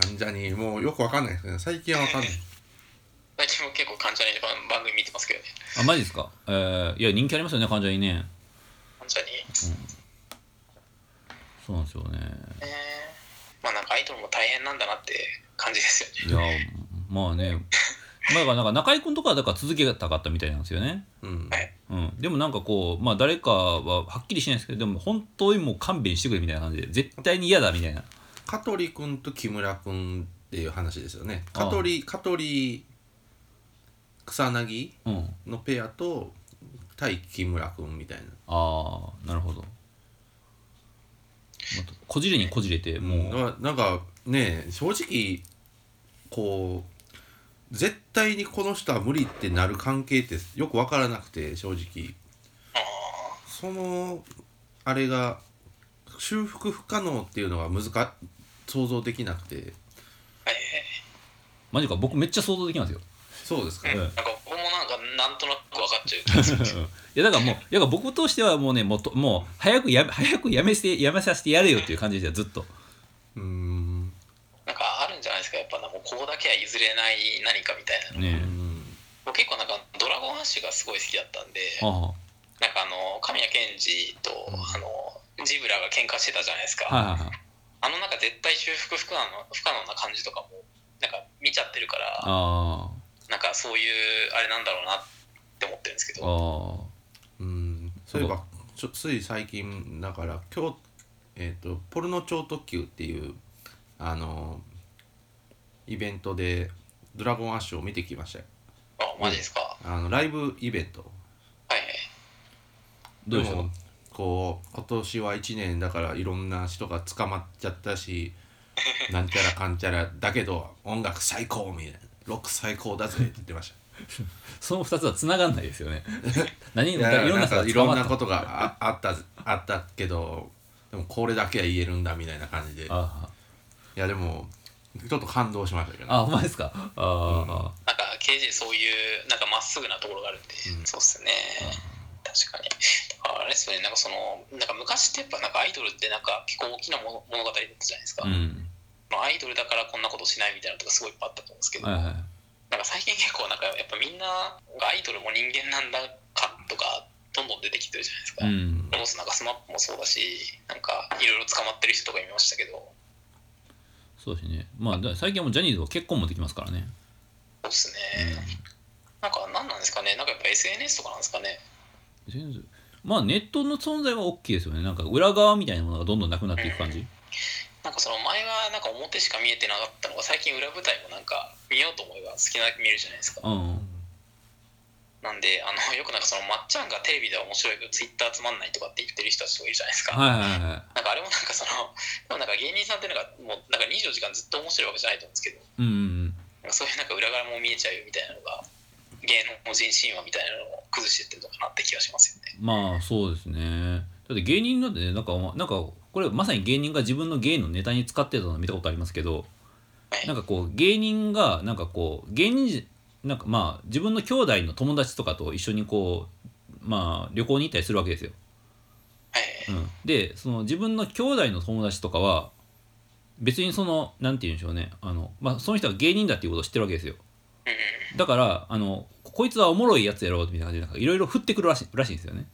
[SPEAKER 2] 関ジャニもうよくわかんないですね最近はわかんない
[SPEAKER 4] 最近も結構関ジャニの番番組見てますけどね
[SPEAKER 3] あマジですかえー、いや人気ありますよね患者にね
[SPEAKER 4] 関ジャニ
[SPEAKER 3] そうなんですよね
[SPEAKER 4] えー、まあなんかアイドルも大変なんだなって感じですよね
[SPEAKER 3] いやまあねまあだからなんか中居君とかはだから続けたかったみたいなんですよね
[SPEAKER 2] うん
[SPEAKER 3] うん、でもなんかこうまあ誰かははっきりしないですけどでも本当にもう勘弁してくれみたいな感じで絶対に嫌だみたいな
[SPEAKER 2] 香取君と木村君っていう話ですよね
[SPEAKER 3] あ
[SPEAKER 2] 香取香取草薙
[SPEAKER 3] うん
[SPEAKER 2] のペアと対木村君みたいな
[SPEAKER 3] ああなるほど、まあこじれにこじれてもう、
[SPEAKER 2] もうなんかね正直こう絶対にこの人は無理ってなる関係ってよく分からなくて正直
[SPEAKER 4] あ
[SPEAKER 2] そのあれが修復不可能っていうのが難か想像できなくて
[SPEAKER 4] あはいはい
[SPEAKER 3] マジか僕めっちゃ想像できますよ
[SPEAKER 2] そうですか、
[SPEAKER 4] うん
[SPEAKER 2] ね、
[SPEAKER 4] なんか僕もなんかなんとなく分かっちゃう気がする
[SPEAKER 3] いやだからもういやだから僕としてはもうねもうともう早くやめ早くやめせやめさせてやれよっていう感じですよずっと
[SPEAKER 2] うーん
[SPEAKER 4] なんかあるんじゃないですかやっぱなもうここだけは譲れない何かみたいな
[SPEAKER 2] う
[SPEAKER 3] ねえ
[SPEAKER 2] ん
[SPEAKER 4] 僕結構なんかドラゴンアッシュがすごい好きだったんで
[SPEAKER 3] あ
[SPEAKER 4] なんかあの神谷健二と
[SPEAKER 2] うん
[SPEAKER 4] あのジブラが喧嘩してたじゃないです
[SPEAKER 3] あはい
[SPEAKER 4] か、
[SPEAKER 3] はいはい
[SPEAKER 4] あのなんか絶対修復不可能不可能な感じとかもなんか見ちゃってるから
[SPEAKER 3] あ
[SPEAKER 4] なんかそういうあれなんだろうなって思ってるんですけ
[SPEAKER 3] ー
[SPEAKER 4] ど
[SPEAKER 3] あ
[SPEAKER 2] うんそういえばちょつい最近だから今日えっ、とポルノ超特急っていうあのイベントでドラゴンアッシュを見てきましたよ
[SPEAKER 4] あマジですか、
[SPEAKER 2] あのライブイベント
[SPEAKER 4] はいはい
[SPEAKER 3] どうでした
[SPEAKER 2] もこう今年は1年だからいろんな人が捕まっちゃったしなんちゃらかんちゃらだけど音楽最高みたいなロック最高だぜって言ってました
[SPEAKER 3] その2つは繋がんないです よね何
[SPEAKER 2] い
[SPEAKER 3] にも
[SPEAKER 2] や
[SPEAKER 3] い
[SPEAKER 2] い
[SPEAKER 3] ろん
[SPEAKER 2] ろ
[SPEAKER 3] なん
[SPEAKER 2] か
[SPEAKER 3] 人が
[SPEAKER 2] い
[SPEAKER 3] 捕
[SPEAKER 2] ろん
[SPEAKER 3] まっ
[SPEAKER 2] な
[SPEAKER 3] た
[SPEAKER 2] ことがああったあったけどでもこれだけは言えるんだみたいな感じでい
[SPEAKER 3] あ
[SPEAKER 2] やでもちょっと感動しましたけど
[SPEAKER 3] ああほんまですかああ、
[SPEAKER 4] なんか KJ そういうなんかまっすぐなところがあるんで、
[SPEAKER 2] うん
[SPEAKER 4] そうっすね確かにああれですよねなんかそのなんか昔ってやっぱなんかアイドルってなんか結構大きなもの物語だったじゃないですか、
[SPEAKER 3] うん
[SPEAKER 4] のアイドルだからこんなことしないみたいなのとかすごいいっぱいあったと思うんですけど、
[SPEAKER 3] はいはい
[SPEAKER 4] なんか最近結構なんかやっぱみんながアイドルも人間なんだかとかどんどん出てきてるじゃないですか。
[SPEAKER 3] うん
[SPEAKER 4] それこそなんかスマップもそうだし、なんかいろいろ捕まってる人とか見ましたけど、
[SPEAKER 3] そうですねまあだから最近はもうジャニーズは結婚もできますからね
[SPEAKER 4] そうですね。なんか何なんですかね、なんかやっぱ SNS とかなんですかね。
[SPEAKER 3] ジャニーズまあネットの存在は大きいですよねなんか裏側みたいなものがどんどんなくなっていく感じ
[SPEAKER 4] なんかその前はなんか表しか見えてなかったのが最近裏舞台もなんか見ようと思えば好きなだけ見えるじゃないですか
[SPEAKER 3] う。ん
[SPEAKER 4] なんであのよ くなんかそのまっちゃんがテレビでは面白いけどツイッターつまんないとかって言ってる人たちとかいるじゃないですか。
[SPEAKER 3] はいはいはい
[SPEAKER 4] なんかあれもなんかその でもなんか芸人さんってなんかもうなんか24時間ずっと面白いわけじゃないと思うんですけど
[SPEAKER 3] うんうん
[SPEAKER 4] なんかそういうなんか裏側も見えちゃうよみたいなのが芸能人神話みたいなのを崩してってるのかなって気がしますよね。
[SPEAKER 3] うんまあそうですねだって芸人なんてねなんかなんかこれまさに芸人が自分の芸のネタに使ってたの見たことありますけどなんかこう芸人がなんかこう芸人じなんかまあ自分の兄弟の友達とかと一緒にこうまあ旅行に行ったりするわけですよ
[SPEAKER 4] はい、
[SPEAKER 3] うん、でその自分の兄弟の友達とかは別にそのなんて言うんでしょうねあの、まあ、その人が芸人だっていうことを知ってるわけですよ
[SPEAKER 4] うんうん
[SPEAKER 3] だからあのこいつはおもろいやつやろうみたいな感じでなんかいろいろ振ってくるらしいらしいんですよね、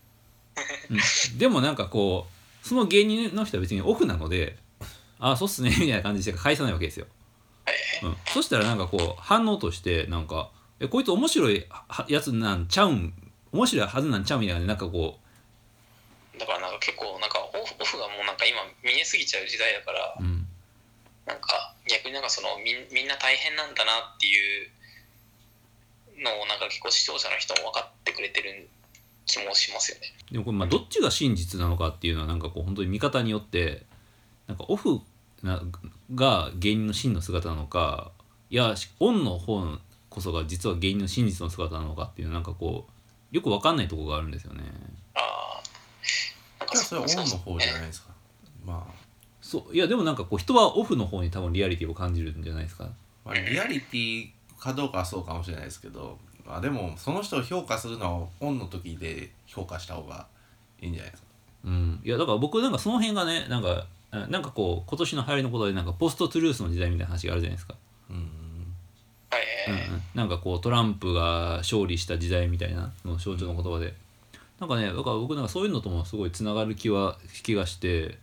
[SPEAKER 3] うん、でもなんかこうその芸人の人は別にオフなのでああそうっすねみたいな感じでしか返さないわけですよ、うん、そしたらなんかこう反応としてなんかえこいつ面白いはやつなんちゃうん面白いはずなんちゃうんみたいななんかこ
[SPEAKER 4] だからなんか結構なんかオフオフがもうなんか今見えすぎちゃう時代だから
[SPEAKER 3] う、うん、
[SPEAKER 4] なんか逆になんかそのみんみんな大変なんだなっていうのをなんか結構視聴者の人も分かってくれてる気もしますよね。
[SPEAKER 3] でもこれまあどっちが真実なのかっていうのはなんかこう本当に見方によってなんかオフなが芸人の真の姿なのかいやしオンの方こそが実は芸人の真実の姿なのかっていうなんかこうよく分かんないところがあるんですよね。
[SPEAKER 4] あーなん
[SPEAKER 2] じゃあそれはオンの方じゃないですか。まあ、
[SPEAKER 3] そういやでもなんかこう人はオフの方に多分リアリティを感じるんじゃないですか。
[SPEAKER 2] まあ、リアリティかどうかはそうかもしれないですけど、まあ、でもその人を評価するのはオンの時で評価した方がいいんじゃないですか。
[SPEAKER 3] うん、いやだから僕なんかその辺がねなんかあなんかこう今年の流行りのことでなんかポストトゥルースの時代みたいな話があるじゃないですか。
[SPEAKER 2] うん
[SPEAKER 4] はい
[SPEAKER 3] うんうんなんかこうトランプが勝利した時代みたいなのを象徴の言葉で、なんかねだから僕なんかそういうのともすごいつながる気は気がして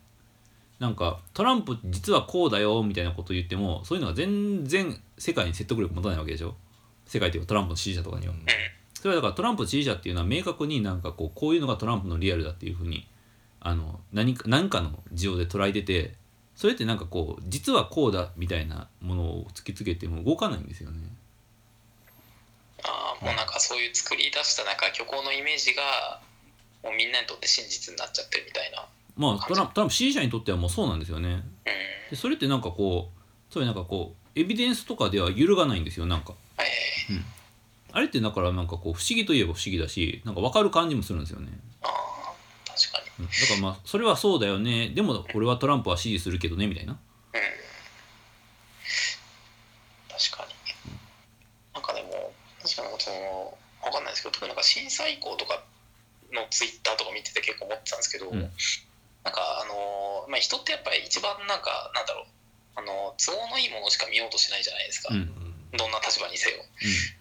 [SPEAKER 3] なんかトランプ実はこうだよみたいなこと言ってもそういうのが全然世界に説得力持たないわけでしょ世界というかトランプの支持者とかには。
[SPEAKER 2] うん
[SPEAKER 3] それはだからトランプ支持者っていうのは明確になんかこうこういうのがトランプのリアルだっていうふうにあの何か何かの事情で捉えててそれってなんかこう実はこうだみたいなものを突きつけても動かないんですよね。
[SPEAKER 4] あーもうなんかそういう作り出したなんか虚構のイメージがもうみんなにとって真実になっちゃってるみたいな。
[SPEAKER 3] まあトランプトランプ支持者にとってはもうそうなんですよね
[SPEAKER 4] うん
[SPEAKER 3] でそれってなんかこうそういうなんかこうエビデンスとかでは揺るがないんですよなんか
[SPEAKER 4] はい
[SPEAKER 3] あれってだからなんかこう不思議といえば不思議だしなんか分かる感じもするんですよね
[SPEAKER 4] あー確かに。
[SPEAKER 3] うんだからまあそれはそうだよねでも俺はトランプは支持するけどねみたいな
[SPEAKER 4] うん確かに。なんかでも、確かにその、わかんないですけど、特になんか震災以降とかのツイッターとか見てて結構思ってたんですけど、
[SPEAKER 3] うん
[SPEAKER 4] なんかあのー、まあ、人ってやっぱり一番なんか、なんだろう、あのー都合のいいものしか見ようとしないじゃないですか、
[SPEAKER 3] うんう
[SPEAKER 2] うんん
[SPEAKER 4] どんな立場にせよ。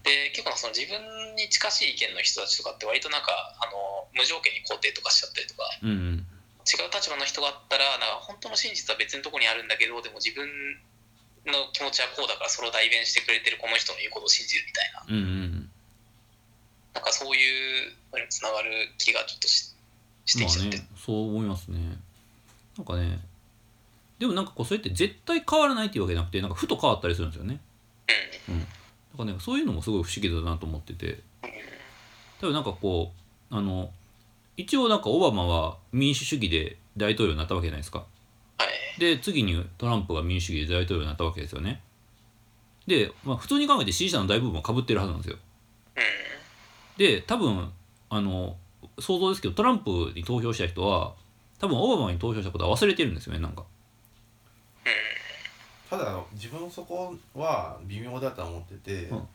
[SPEAKER 4] で、結構その自分に近しい意見の人たちとかって、割となんか、あのー無条件に肯定とかしちゃったりとか。
[SPEAKER 3] うんうん
[SPEAKER 4] 違う立場の人があったらなんか本当の真実は別のとこにあるんだけどでも自分の気持ちはこうだからそれを代弁してくれてるこの人の言うことを信じるみたいな
[SPEAKER 3] うんうん
[SPEAKER 4] なんかそういうのにつながる気がちょっとしして
[SPEAKER 3] ま
[SPEAKER 4] きちゃ
[SPEAKER 3] あ
[SPEAKER 4] って、
[SPEAKER 3] ねそう思いますねなんかねでもなんかこうそれって絶対変わらないっていうわけじゃなくてなんかふと変わったりするんですよねだからねそういうのもすごい不思議だなと思ってて
[SPEAKER 4] うん
[SPEAKER 3] 多分なんかこうあの一応なんかオバマは民主主義で大統領になったわけじゃないですか
[SPEAKER 4] はい
[SPEAKER 3] で次にトランプが民主主義で大統領になったわけですよねで、まあ、普通に考えて支持者の大部分はかぶってるはずなんですよ
[SPEAKER 4] うん
[SPEAKER 3] で多分あの想像ですけどトランプに投票した人は多分オバマに投票したことは忘れてるんですよねなんか
[SPEAKER 2] ただ自分そこは微妙だとは思ってて、
[SPEAKER 3] うん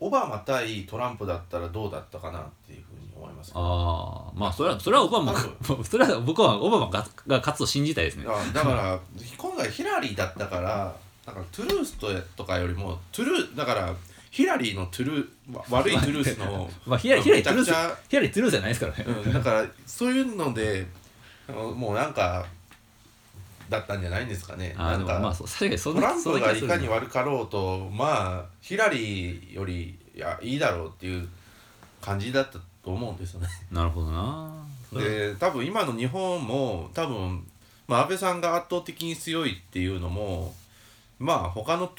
[SPEAKER 2] オバマ対トランプだったらどうだったかなっていうふうに思いますけど
[SPEAKER 3] ああまあそれはそれはオバマが それは僕はオバマがが勝つと信じたいですね
[SPEAKER 2] あだから今回ヒラリーだったからなんかトゥルースととかよりもトゥルーだからヒラリーのトゥルーわ悪いトゥルース の
[SPEAKER 3] まあヒラリヒラリ
[SPEAKER 2] め
[SPEAKER 3] ト
[SPEAKER 2] ちゃ
[SPEAKER 3] ゥルー
[SPEAKER 2] くち
[SPEAKER 3] ス
[SPEAKER 2] ゃ
[SPEAKER 3] ヒラリトゥルースじゃないですからね
[SPEAKER 2] うん、だからそういうのであのもうなんかだったんじゃないんですかね。
[SPEAKER 3] あ
[SPEAKER 2] な
[SPEAKER 3] ー
[SPEAKER 2] ん
[SPEAKER 3] でもまあ
[SPEAKER 2] か
[SPEAKER 3] そう確かにそん
[SPEAKER 2] ト
[SPEAKER 3] な
[SPEAKER 2] ラン
[SPEAKER 3] そん
[SPEAKER 2] プ
[SPEAKER 3] な気
[SPEAKER 2] が
[SPEAKER 3] が
[SPEAKER 2] い
[SPEAKER 3] する
[SPEAKER 2] かに
[SPEAKER 3] ね
[SPEAKER 2] 悪かろうとまあヒラリーよりいやいいだろうっていう感じだったと思うんですよね。
[SPEAKER 3] なるほどなそれは
[SPEAKER 2] で多分今の日本も多分、まあ、安倍さんが圧倒的に強いっていうのもまあ他の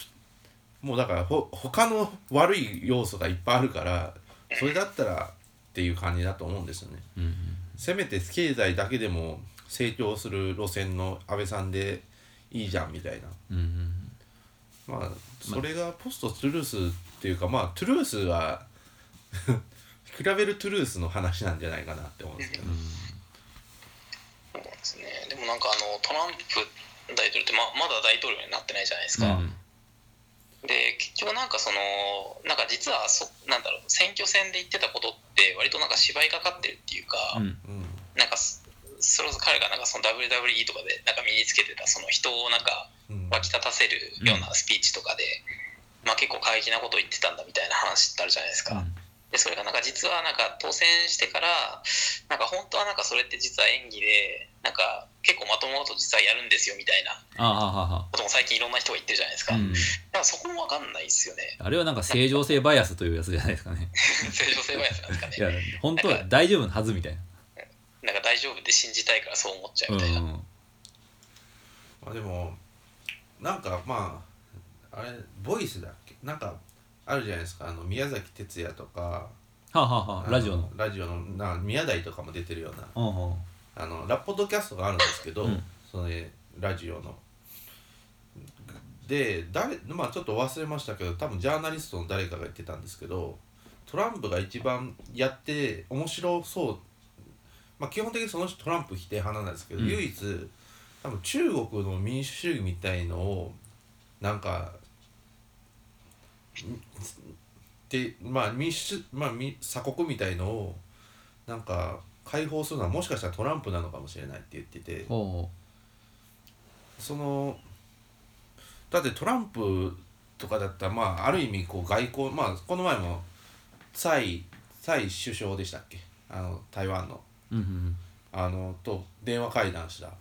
[SPEAKER 2] もうだからほ他の悪い要素がいっぱいあるからそれだったらっていう感じだと思うんですよね。
[SPEAKER 3] うんうん
[SPEAKER 2] せめて経済だけでも成長する路線の安倍さんでいいじゃんみたいな
[SPEAKER 3] うんうん
[SPEAKER 2] まあそれがポストトゥルースっていうかまあトゥルースは 比べるトゥルースの話なんじゃないかなって思うんですけど、ね
[SPEAKER 4] そうなんですね。でもなんかあのトランプ大統領ってままだ大統領になってないじゃないです
[SPEAKER 3] う
[SPEAKER 4] か。
[SPEAKER 3] ん
[SPEAKER 4] で結局なんかそのなんか実はそなんだろう選挙戦で言ってたことって割となんか芝居がかってるっていうか、
[SPEAKER 3] うん
[SPEAKER 2] うん、
[SPEAKER 4] なんかそそれこそ彼がなんかその WWE とかでなんか身につけてたその人をなんか
[SPEAKER 2] うん
[SPEAKER 4] 沸き立たせるようなスピーチとかで、まあ結構過激なこと言ってたんだみたいな話ってあるじゃないですか。でそれがなんか実はなんか当選してからなんか本当はなんかそれって実は演技でなんか結構まともなこと実はやるんですよみたいな
[SPEAKER 3] ああははは
[SPEAKER 4] ことも最近いろんな人が言ってるじゃないですか、
[SPEAKER 3] う
[SPEAKER 4] だ
[SPEAKER 3] ん
[SPEAKER 4] からそこもわかんないですよね
[SPEAKER 3] あれはなんか正常性バイアスというやつじゃないですかね
[SPEAKER 4] 正常性バイアスなんですか
[SPEAKER 3] いや
[SPEAKER 4] ね
[SPEAKER 3] 本当は大丈夫なはずみたい
[SPEAKER 4] なんか大丈夫って信じたいからそう思っちゃう
[SPEAKER 3] なう
[SPEAKER 4] み
[SPEAKER 3] ん
[SPEAKER 4] たいな、
[SPEAKER 3] うん
[SPEAKER 2] まあでもなんかまああれボイスだっけなんかあるじゃないですかあの宮崎哲也とか
[SPEAKER 3] はあはあ
[SPEAKER 2] あ
[SPEAKER 3] はあラジオの
[SPEAKER 2] ラジオのな宮台とかも出てるような
[SPEAKER 3] うんうん
[SPEAKER 2] あのラッポドキャストがあるんですけど、
[SPEAKER 3] うん
[SPEAKER 2] そのラジオの。で誰まあちょっと忘れましたけど多分ジャーナリストの誰かが言ってたんですけどトランプが一番やって面白そう、まあ、基本的にその人トランプ否定派なんですけど、
[SPEAKER 3] うん
[SPEAKER 2] 唯一多分中国の民主主義みたいのをなんかでまあ民主、まあ、み鎖国みたいのをなんか解放するのはもしかしたらトランプなのかもしれないって言ってて
[SPEAKER 3] ほ
[SPEAKER 2] そのだってトランプとかだったらまあある意味こう外交まあこの前も蔡蔡首相でしたっけあの台湾の
[SPEAKER 3] ううんうん
[SPEAKER 2] あのと電話会談したっ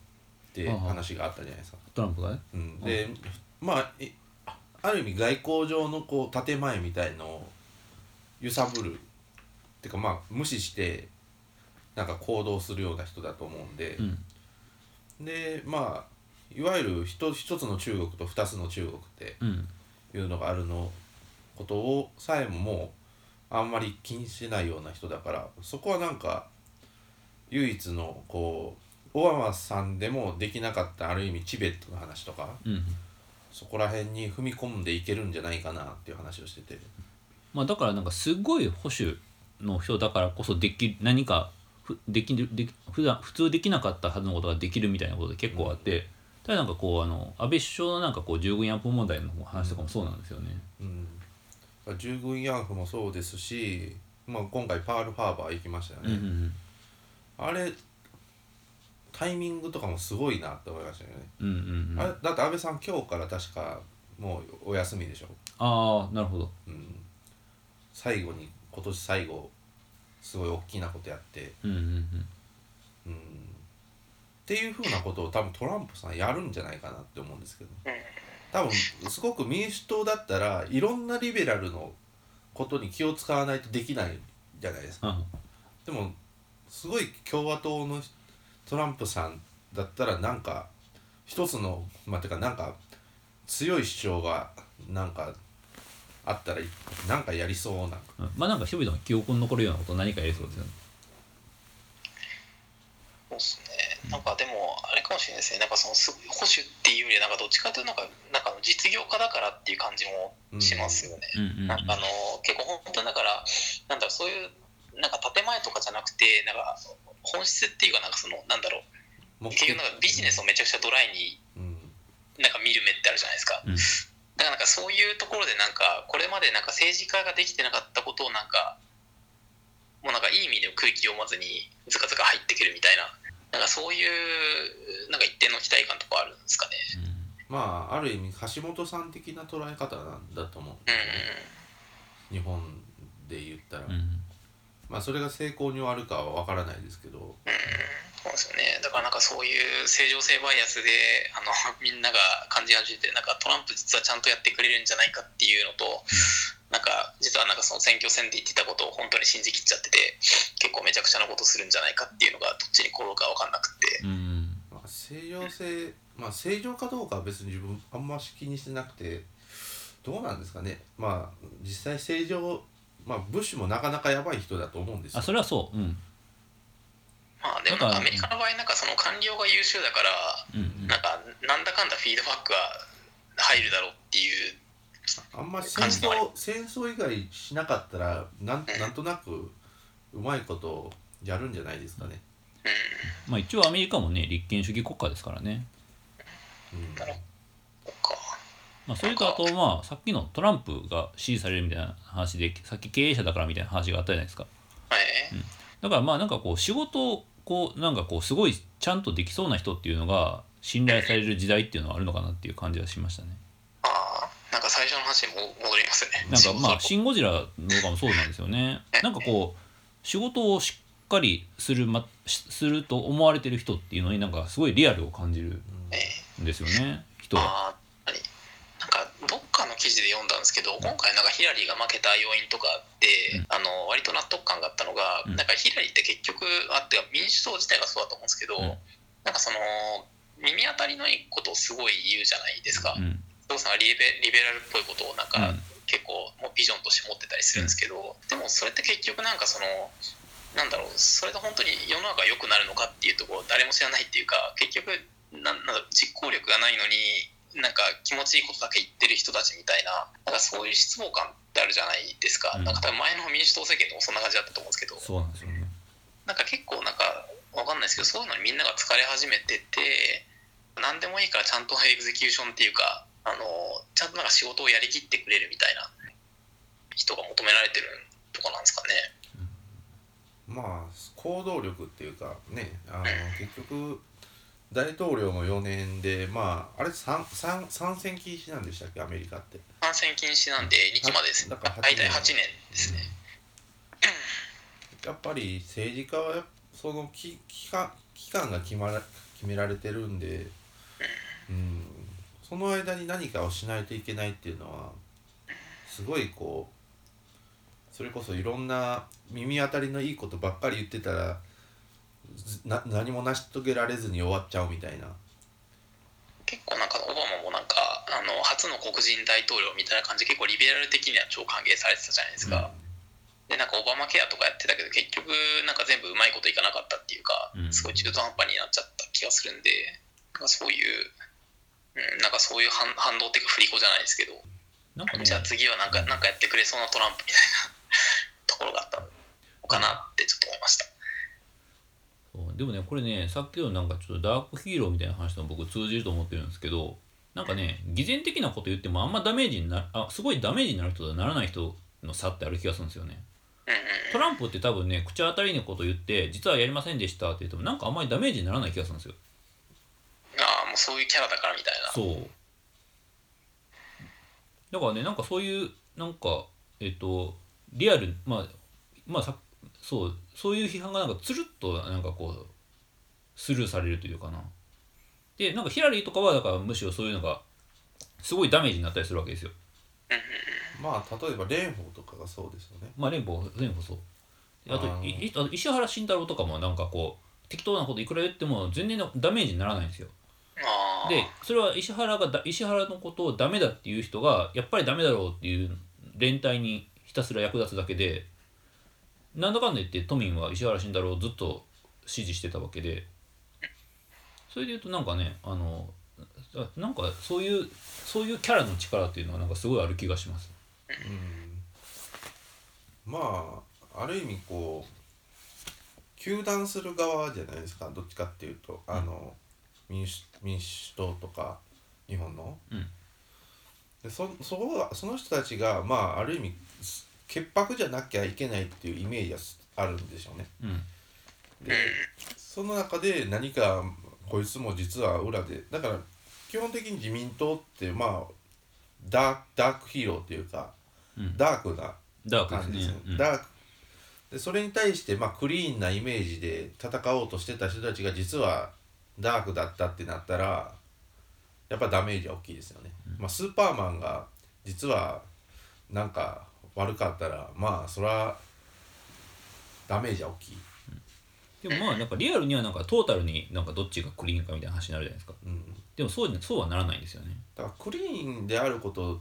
[SPEAKER 2] て
[SPEAKER 3] はあはあ
[SPEAKER 2] 話があったじゃないですか。
[SPEAKER 3] トランプがね
[SPEAKER 2] うん、でまあえある意味外交上のこう建前みたいのを揺さぶるってかまあ無視してなんか行動するような人だと思うんで
[SPEAKER 3] う、ん
[SPEAKER 2] でまあいわゆる一一つの中国と二つの中国って
[SPEAKER 3] うん
[SPEAKER 2] いうのがあるのことをさえももうあんまり気にしないような人だからそこはなんか唯一のこうオバマさんでもできなかったある意味チベットの話とか。
[SPEAKER 3] うん
[SPEAKER 2] そこら辺に踏み込んでいけるんじゃないかなっていう話をしてて
[SPEAKER 3] まあだからなんかすごい保守の人だからこそでき何かふできるでき普段普通できなかったはずのことができるみたいなことで結構あって、ただなんかこうあの安倍首相のなんかこう従軍安保問題の話とかもそうなんですよね。
[SPEAKER 2] うん従軍慰安婦もそうですし、まあ、今回パールハーバー行きましたよ
[SPEAKER 3] うんう
[SPEAKER 2] ね、
[SPEAKER 3] んうん
[SPEAKER 2] あれタイミングとかもすごいなって思いましたよね、
[SPEAKER 3] うんうんうん
[SPEAKER 2] あ
[SPEAKER 3] あ
[SPEAKER 2] れだって安倍さん今日から確かもうお休みでしょ、
[SPEAKER 3] あーなるほど。
[SPEAKER 2] うん、最後に今年最後すごい大きなことやって、
[SPEAKER 3] うんうんうん
[SPEAKER 2] うん、っていうふうなことを多分トランプさんやるんじゃないかなって思うんですけど
[SPEAKER 4] うん
[SPEAKER 2] 多分すごく民主党だったらいろんなリベラルのことに気を使わないとできないじゃないですか
[SPEAKER 3] あ
[SPEAKER 2] でもすごい共和党のトランプさんだったらなんか一つのまあてかなんか強い主張がなんかあったらなんかやりそうな
[SPEAKER 3] うんまあなんか人々の記憶に残るようなこと何かやりそうですよね。
[SPEAKER 4] そうですねなんかでもあれかもしれないですねなんかそのすごい保守っていうよりはなんかどっちかというとなんかなんかあの実業家だからっていう感じもしますよね、
[SPEAKER 3] うんうんうん
[SPEAKER 4] なんかあの結構本当にだからなんだろうそういうなんか建前とかじゃなくてなんか本質っていうかなんかそのなんだろ
[SPEAKER 2] 目
[SPEAKER 4] う結局なんかビジネスをめちゃくちゃドライに
[SPEAKER 2] うん
[SPEAKER 4] なんか見る目ってあるじゃないですか、
[SPEAKER 3] うん
[SPEAKER 4] だからなんかそういうところでなんかこれまでなんか政治家ができてなかったことをなんかもうなんかいい意味でも空気読まずにずかずか入ってくるみたいななんかそういうなんか一定の期待感とかあるんですかね。
[SPEAKER 2] まあある意味橋本さん的な捉え方なんだと思う、
[SPEAKER 4] うん
[SPEAKER 2] 日本で言ったら、
[SPEAKER 3] うんうん
[SPEAKER 2] まあそれが成功に終わるかは分からないですけど
[SPEAKER 4] うんそうですよねだからなんかそういう正常性バイアスであのみんなが感じ始めてなんかトランプ実はちゃんとやってくれるんじゃないかっていうのと、なんか実はなんかその選挙戦で言ってたことを本当に信じきっちゃってて結構めちゃくちゃなことするんじゃないかっていうのがどっちに転ぶか分かんなくて。
[SPEAKER 3] うん
[SPEAKER 2] まあ、正常性、まあ、正常かどうかは別に自分あんまし気にしてなくてどうなんですかねまあ実際正常まあブッシュもなかなかやばい人だと思うんですよ
[SPEAKER 3] あそれはそううん
[SPEAKER 4] まあ、でも
[SPEAKER 3] なん
[SPEAKER 4] な
[SPEAKER 3] か
[SPEAKER 4] んかアメリカの場合なんかその官僚が優秀だから
[SPEAKER 3] うんうん
[SPEAKER 4] なんかなんだかんだフィードバックが入るだろうっていう
[SPEAKER 2] あんまり戦争戦争以外しなかったらなんなんとなくうまいことやるんじゃないですかね、
[SPEAKER 4] うん
[SPEAKER 3] まあ一応アメリカもね立憲主義国家ですからね
[SPEAKER 2] うん
[SPEAKER 4] なるほそっか
[SPEAKER 3] まあ、それとあとまあさっきのトランプが支持されるみたいな話でさっき経営者だからみたいな話があったじゃないですか
[SPEAKER 4] はい
[SPEAKER 3] だからまあなんかこう仕事をこうなんかこうすごいちゃんとできそうな人っていうのが信頼される時代っていうのはあるのかなっていう感じはしましたね
[SPEAKER 4] ああ、なんか最初の話にも戻りますね。
[SPEAKER 3] なんかまあ「
[SPEAKER 4] 仕事
[SPEAKER 3] シン・ゴジラ」のとかもそうなんですよねなんかこう仕事をしっかりする,、ま、しすると思われてる人っていうのになんかすごいリアルを感じる
[SPEAKER 4] ええ
[SPEAKER 3] んですよね人は。
[SPEAKER 4] ああ、はいなんかどっかの記事で読んだんですけど、今回なんかヒラリーが負けた要因とかあって、
[SPEAKER 3] うん
[SPEAKER 4] あの割と納得感があったのが、
[SPEAKER 3] うん
[SPEAKER 4] なんかヒラリーって結局あってか民主党自体がそうだと思うんですけど、
[SPEAKER 3] うん
[SPEAKER 4] なんかその耳当たりのいいことをすごい言うじゃないですか。
[SPEAKER 3] うん
[SPEAKER 4] 父さんはリベリベラルっぽいことをなんか、
[SPEAKER 3] うん
[SPEAKER 4] 結構もうビジョンとして持ってたりするんですけど、でもそれって結局なんかそのなんだろうそれで本当に世の中が良くなるのかっていうところを誰も知らないっていうか結局なんなんだろう実行力がないのになんか気持ちいいことだけ言ってる人たちみたいななんかそういう失望感ってあるじゃないですか,、
[SPEAKER 3] うん
[SPEAKER 4] なんか多分前の民主党政権でもそんな感じだったと思うんですけど
[SPEAKER 3] そうなんですよね。
[SPEAKER 4] なんか結構なんかわかんないですけどそういうのにみんなが疲れ始めてて何でもいいからちゃんとエグゼキューションっていうかあのちゃんとなんか仕事をやりきってくれるみたいな人が求められてるとかなんですかね。
[SPEAKER 2] まあ行動力っていうかねあの結局大統領の4年でまああれ 3, 三三選禁止なんでしたっけアメリカって
[SPEAKER 4] 感染禁止なんで2期までです
[SPEAKER 2] だ
[SPEAKER 4] ね
[SPEAKER 2] から
[SPEAKER 4] 大体8
[SPEAKER 2] 8
[SPEAKER 4] 年ですね。
[SPEAKER 2] やっぱり政治家はやっそのき期間期間が決まら決められてるんで、うん、その間に何かをしないといけないっていうのはすごいこうそれこそいろんな耳当たりのいいことばっかり言ってたらずな何も成し遂げられずに終わっちゃうみたいな。
[SPEAKER 4] 結構なんかオバマもなんかあの初の黒人大統領みたいな感じで結構リベラル的には超歓迎されてたじゃないですか。でなんかオバマケアとかやってたけど結局なんか全部うまいこといかなかったっていうか、
[SPEAKER 3] うん
[SPEAKER 4] すごい中途半端になっちゃった気がするんでなんかそういう、うん、なんかそういう反反動っていうか振り子じゃないですけど、
[SPEAKER 3] なんかね
[SPEAKER 4] じゃあ次はなんかなんかやってくれそうなトランプみたいな ところがあったのかなってちょっと思いました。
[SPEAKER 3] そうでもねこれねさっきのなんかちょっとダークヒーローみたいな話とも僕通じると思ってるんですけどなんかね偽善的なこと言ってもあんまダメージになあすごいダメージになる人とならない人の差ってある気がするんですよね
[SPEAKER 4] うん
[SPEAKER 3] トランプって多分ね口当たりのこと言って実はやりませんでしたって言ってもなんかあんまりダメージにならない気がするんですよ
[SPEAKER 4] うん、ああもうそういうキャラだからみたいな。
[SPEAKER 3] そうだからねなんかそういうなんかえっとリアルまあまあさそうそういう批判がなんかつるっとなんかこうスルーされるというかなでなんかヒラリーとかはだからむしろそういうのがすごいダメージになったりするわけですよ
[SPEAKER 2] まあ例えば蓮舫とかがそうですよね。
[SPEAKER 3] まあ連邦連邦そうであと
[SPEAKER 2] あー
[SPEAKER 3] いいあと石原慎太郎とかもなんかこう適当なこといくら言っても全然ダメージにならないんですよ
[SPEAKER 4] ああ
[SPEAKER 3] でそれは石原がだ石原のことをダメだっていう人がやっぱりダメだろうっていう連帯にひたすら役立つだけでなんだかんだ言って都民は石原慎太郎をずっと支持してたわけでそれで言うとなんかねあのあなんかそういうそういうキャラの力っていうのはなんかすごいある気がします。
[SPEAKER 2] うんまあある意味こう糾弾する側じゃないですかどっちかっていうとあの、民主民主党とか日本の、
[SPEAKER 3] うん
[SPEAKER 2] でそそこがその人たちが、まあ、ある意味潔白じゃなきゃいけないっていうイメージがあるんでしょうね。
[SPEAKER 3] うん
[SPEAKER 2] でその中で何かこいつも実は裏でだから基本的に自民党ってまあダークダークヒーローっていうか、
[SPEAKER 3] うん
[SPEAKER 2] ダークな
[SPEAKER 3] ダー
[SPEAKER 2] 感
[SPEAKER 3] ク
[SPEAKER 2] じ
[SPEAKER 3] で
[SPEAKER 2] ですす
[SPEAKER 3] ね
[SPEAKER 2] ね、。ダークでそれに対して、まあ、クリーンなイメージで戦おうとしてた人たちが実はダークだったってなったらやっぱダメージは大きいですよね、まあ、スーパーマンが実はなんか悪かったらまあそれはダメージは大きい、
[SPEAKER 5] でもまあなんかリアルにはなんかトータルになんかどっちがクリーンかみたいな話になるじゃないですか
[SPEAKER 2] うん、
[SPEAKER 5] でもそうにそうはならないんですよね
[SPEAKER 2] だからクリーンであること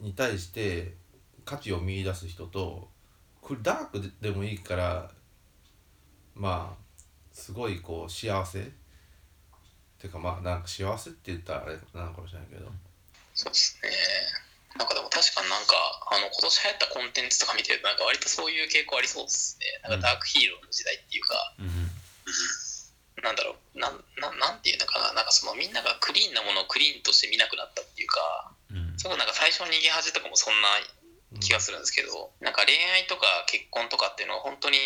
[SPEAKER 2] に対して価値を見出す人とクダークでもいいからまあすごいこう幸せてかまあなんか幸せって言ったらあれなのかもしれないけど
[SPEAKER 4] そうですね。なんかでも確かになんかあの今年流行ったコンテンツとか見てるとなんか割とそういう傾向ありそうですね。なんかダークヒーローの時代っていうか、
[SPEAKER 3] うん
[SPEAKER 4] なんだろうなんなんなんていうのかななんかそのみんながクリーンなものをクリーンとして見なくなったっていうか
[SPEAKER 3] うんうん
[SPEAKER 4] すごいなんか最初の逃げ恥とかもそんな
[SPEAKER 2] うん
[SPEAKER 4] 気がするんですけど、なんか恋愛とか結婚とかっていうのは本当に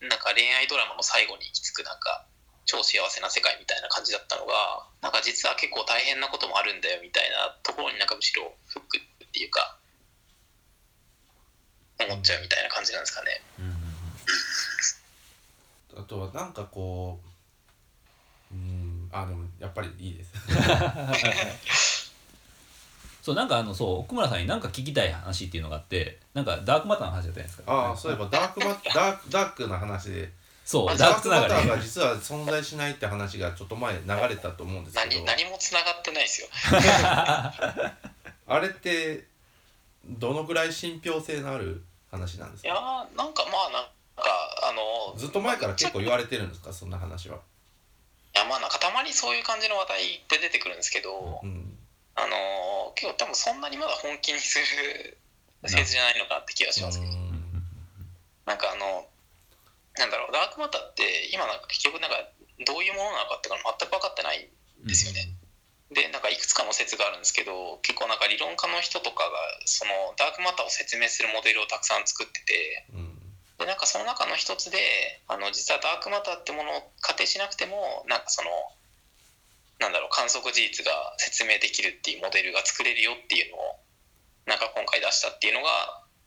[SPEAKER 4] なんか恋愛ドラマの最後に行き着くなんか超幸せな世界みたいな感じだったのがなんか実は結構大変なこともあるんだよみたいなところになんかむしろフックっていうか思っちゃうみたいな感じなんですかね。
[SPEAKER 2] あとはなんかこううんあでもやっぱりいいです
[SPEAKER 5] そうなんかあのそう奥村さんに何か聞きたい話っていうのがあってなんかダークマターの話だったじゃないですか
[SPEAKER 2] ああそういえばダークバダークダークな話で
[SPEAKER 5] そうダ
[SPEAKER 2] ダ
[SPEAKER 5] ーク
[SPEAKER 2] ーク
[SPEAKER 5] つな
[SPEAKER 2] バ
[SPEAKER 5] が
[SPEAKER 2] ター
[SPEAKER 5] り
[SPEAKER 2] が実は存在しないって話がちょっと前流れたと思うんですけ
[SPEAKER 4] 何
[SPEAKER 2] ど
[SPEAKER 4] 何もつながってないですよ。
[SPEAKER 2] あれってどのぐらい信憑性のある話なんです
[SPEAKER 4] いや
[SPEAKER 2] か
[SPEAKER 4] ーなんかまあなんかあの
[SPEAKER 2] ずっと前から結構言われてるんですかそんな話は。
[SPEAKER 4] いやまあなんかたまにそういう感じの話題って出てくるんですけど、
[SPEAKER 2] うん、
[SPEAKER 4] あのー結構多分そんなにまだ本気にする政治じゃないのかなって気がしますけど、なんかあのなんだろうダークマターって今なんか結局なんかどういうものなのかっていうのが全く分かってないんですよね。でなんかいくつかの説があるんですけど結構なんか理論家の人とかがそのダークマターを説明するモデルをたくさん作ってて。
[SPEAKER 2] うん
[SPEAKER 4] でなんかその中の一つであの実はダークマターってものを仮定しなくてもなんかそのなんだろう観測事実が説明できるっていうモデルが作れるよっていうのをなんか今回出したっていうのが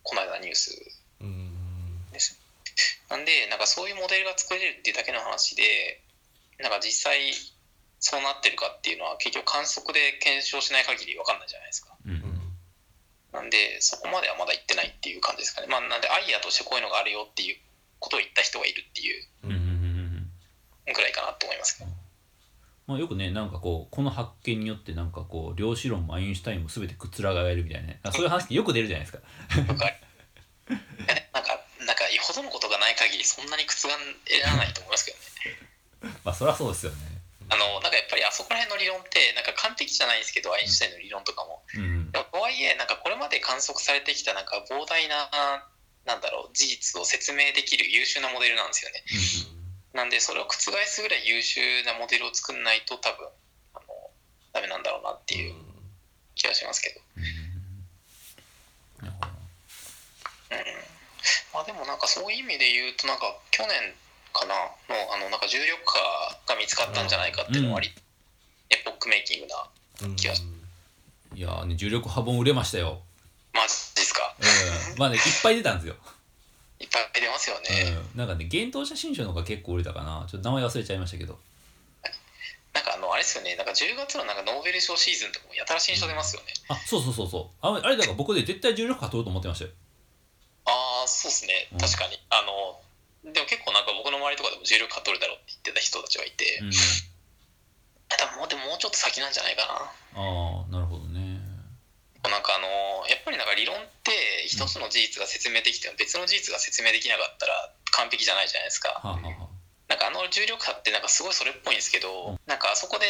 [SPEAKER 4] この間ニュース
[SPEAKER 2] うん
[SPEAKER 4] です。なんでなんかそういうモデルが作れるっていうだけの話でなんか実際そうなってるかっていうのは結局観測で検証しない限り分かんないじゃないですか。
[SPEAKER 3] う
[SPEAKER 2] う
[SPEAKER 3] ん
[SPEAKER 2] ん
[SPEAKER 4] なんで、そこまではまだ行ってないっていう感じですかね。まあ、なんで、アイデアとしてこういうのがあるよっていうことを言った人がいるっていう
[SPEAKER 2] う
[SPEAKER 3] うんうんうんうんん
[SPEAKER 4] ぐらいかなと思いますけど。
[SPEAKER 3] まあよくねなんかこうこの発見によってなんかこう量子論もアインシュタインも全て覆えるみたいなねあそういう話ってよく出るじゃないですか
[SPEAKER 4] なんか、なんか、なんか、よほどのことがない限り、そんなに覆らないと思いますけどね。
[SPEAKER 3] まあそりゃそうですよね
[SPEAKER 4] あの、なんかやっぱりあそこら辺の理論って、なんか完璧じゃないんですけど、アインシュタインの理論とかも。
[SPEAKER 3] うん
[SPEAKER 4] でもとはいえ、なんかこれまで観測されてきた、なんか膨大な、なんだろう、事実を説明できる優秀なモデルなんですよね。なんでそれを覆すぐらい優秀なモデルを作んないと多分あのダメなんだろうなっていう気がしますけど、
[SPEAKER 3] なるほど
[SPEAKER 4] まあでもなんかそういう意味で言うとなんか去年かなのあのなんか重力波が見つかったんじゃないかっていうのは割り、エポックメイキングな
[SPEAKER 2] うん
[SPEAKER 4] 気がし
[SPEAKER 3] いやーね重力波本売れましたよ、
[SPEAKER 4] マジですか
[SPEAKER 3] うん、まあねいっぱい出たんですよ、
[SPEAKER 4] いっぱい出ますよね、
[SPEAKER 3] うん、なんかね幻冬写真集の方が結構売れたかなちょっと名前忘れちゃいましたけど
[SPEAKER 4] なんかあのあれですよねなんか10月のなんかノーベル賞シーズンとかもやたら新書出ますよね、
[SPEAKER 3] あそうそうそうそうああれだから僕で絶対重力波取ると思ってましたよ
[SPEAKER 4] ああそうですね
[SPEAKER 3] うん
[SPEAKER 4] 確かに、あのでも結構なんか僕の周りとかでも重力波取るだろうって言ってた人たちがいて、
[SPEAKER 3] うん
[SPEAKER 4] 多分もうでももうちょっと先なんじゃないかな
[SPEAKER 3] ああなるほどね
[SPEAKER 4] なんかあのやっぱりなんか理論って一つの事実が説明できても別の事実が説明できなかったら完璧じゃないじゃないですか
[SPEAKER 3] はあ、はあはあ
[SPEAKER 4] なんかあの重力波ってなんかすごいそれっぽいんですけど、なんかあそこで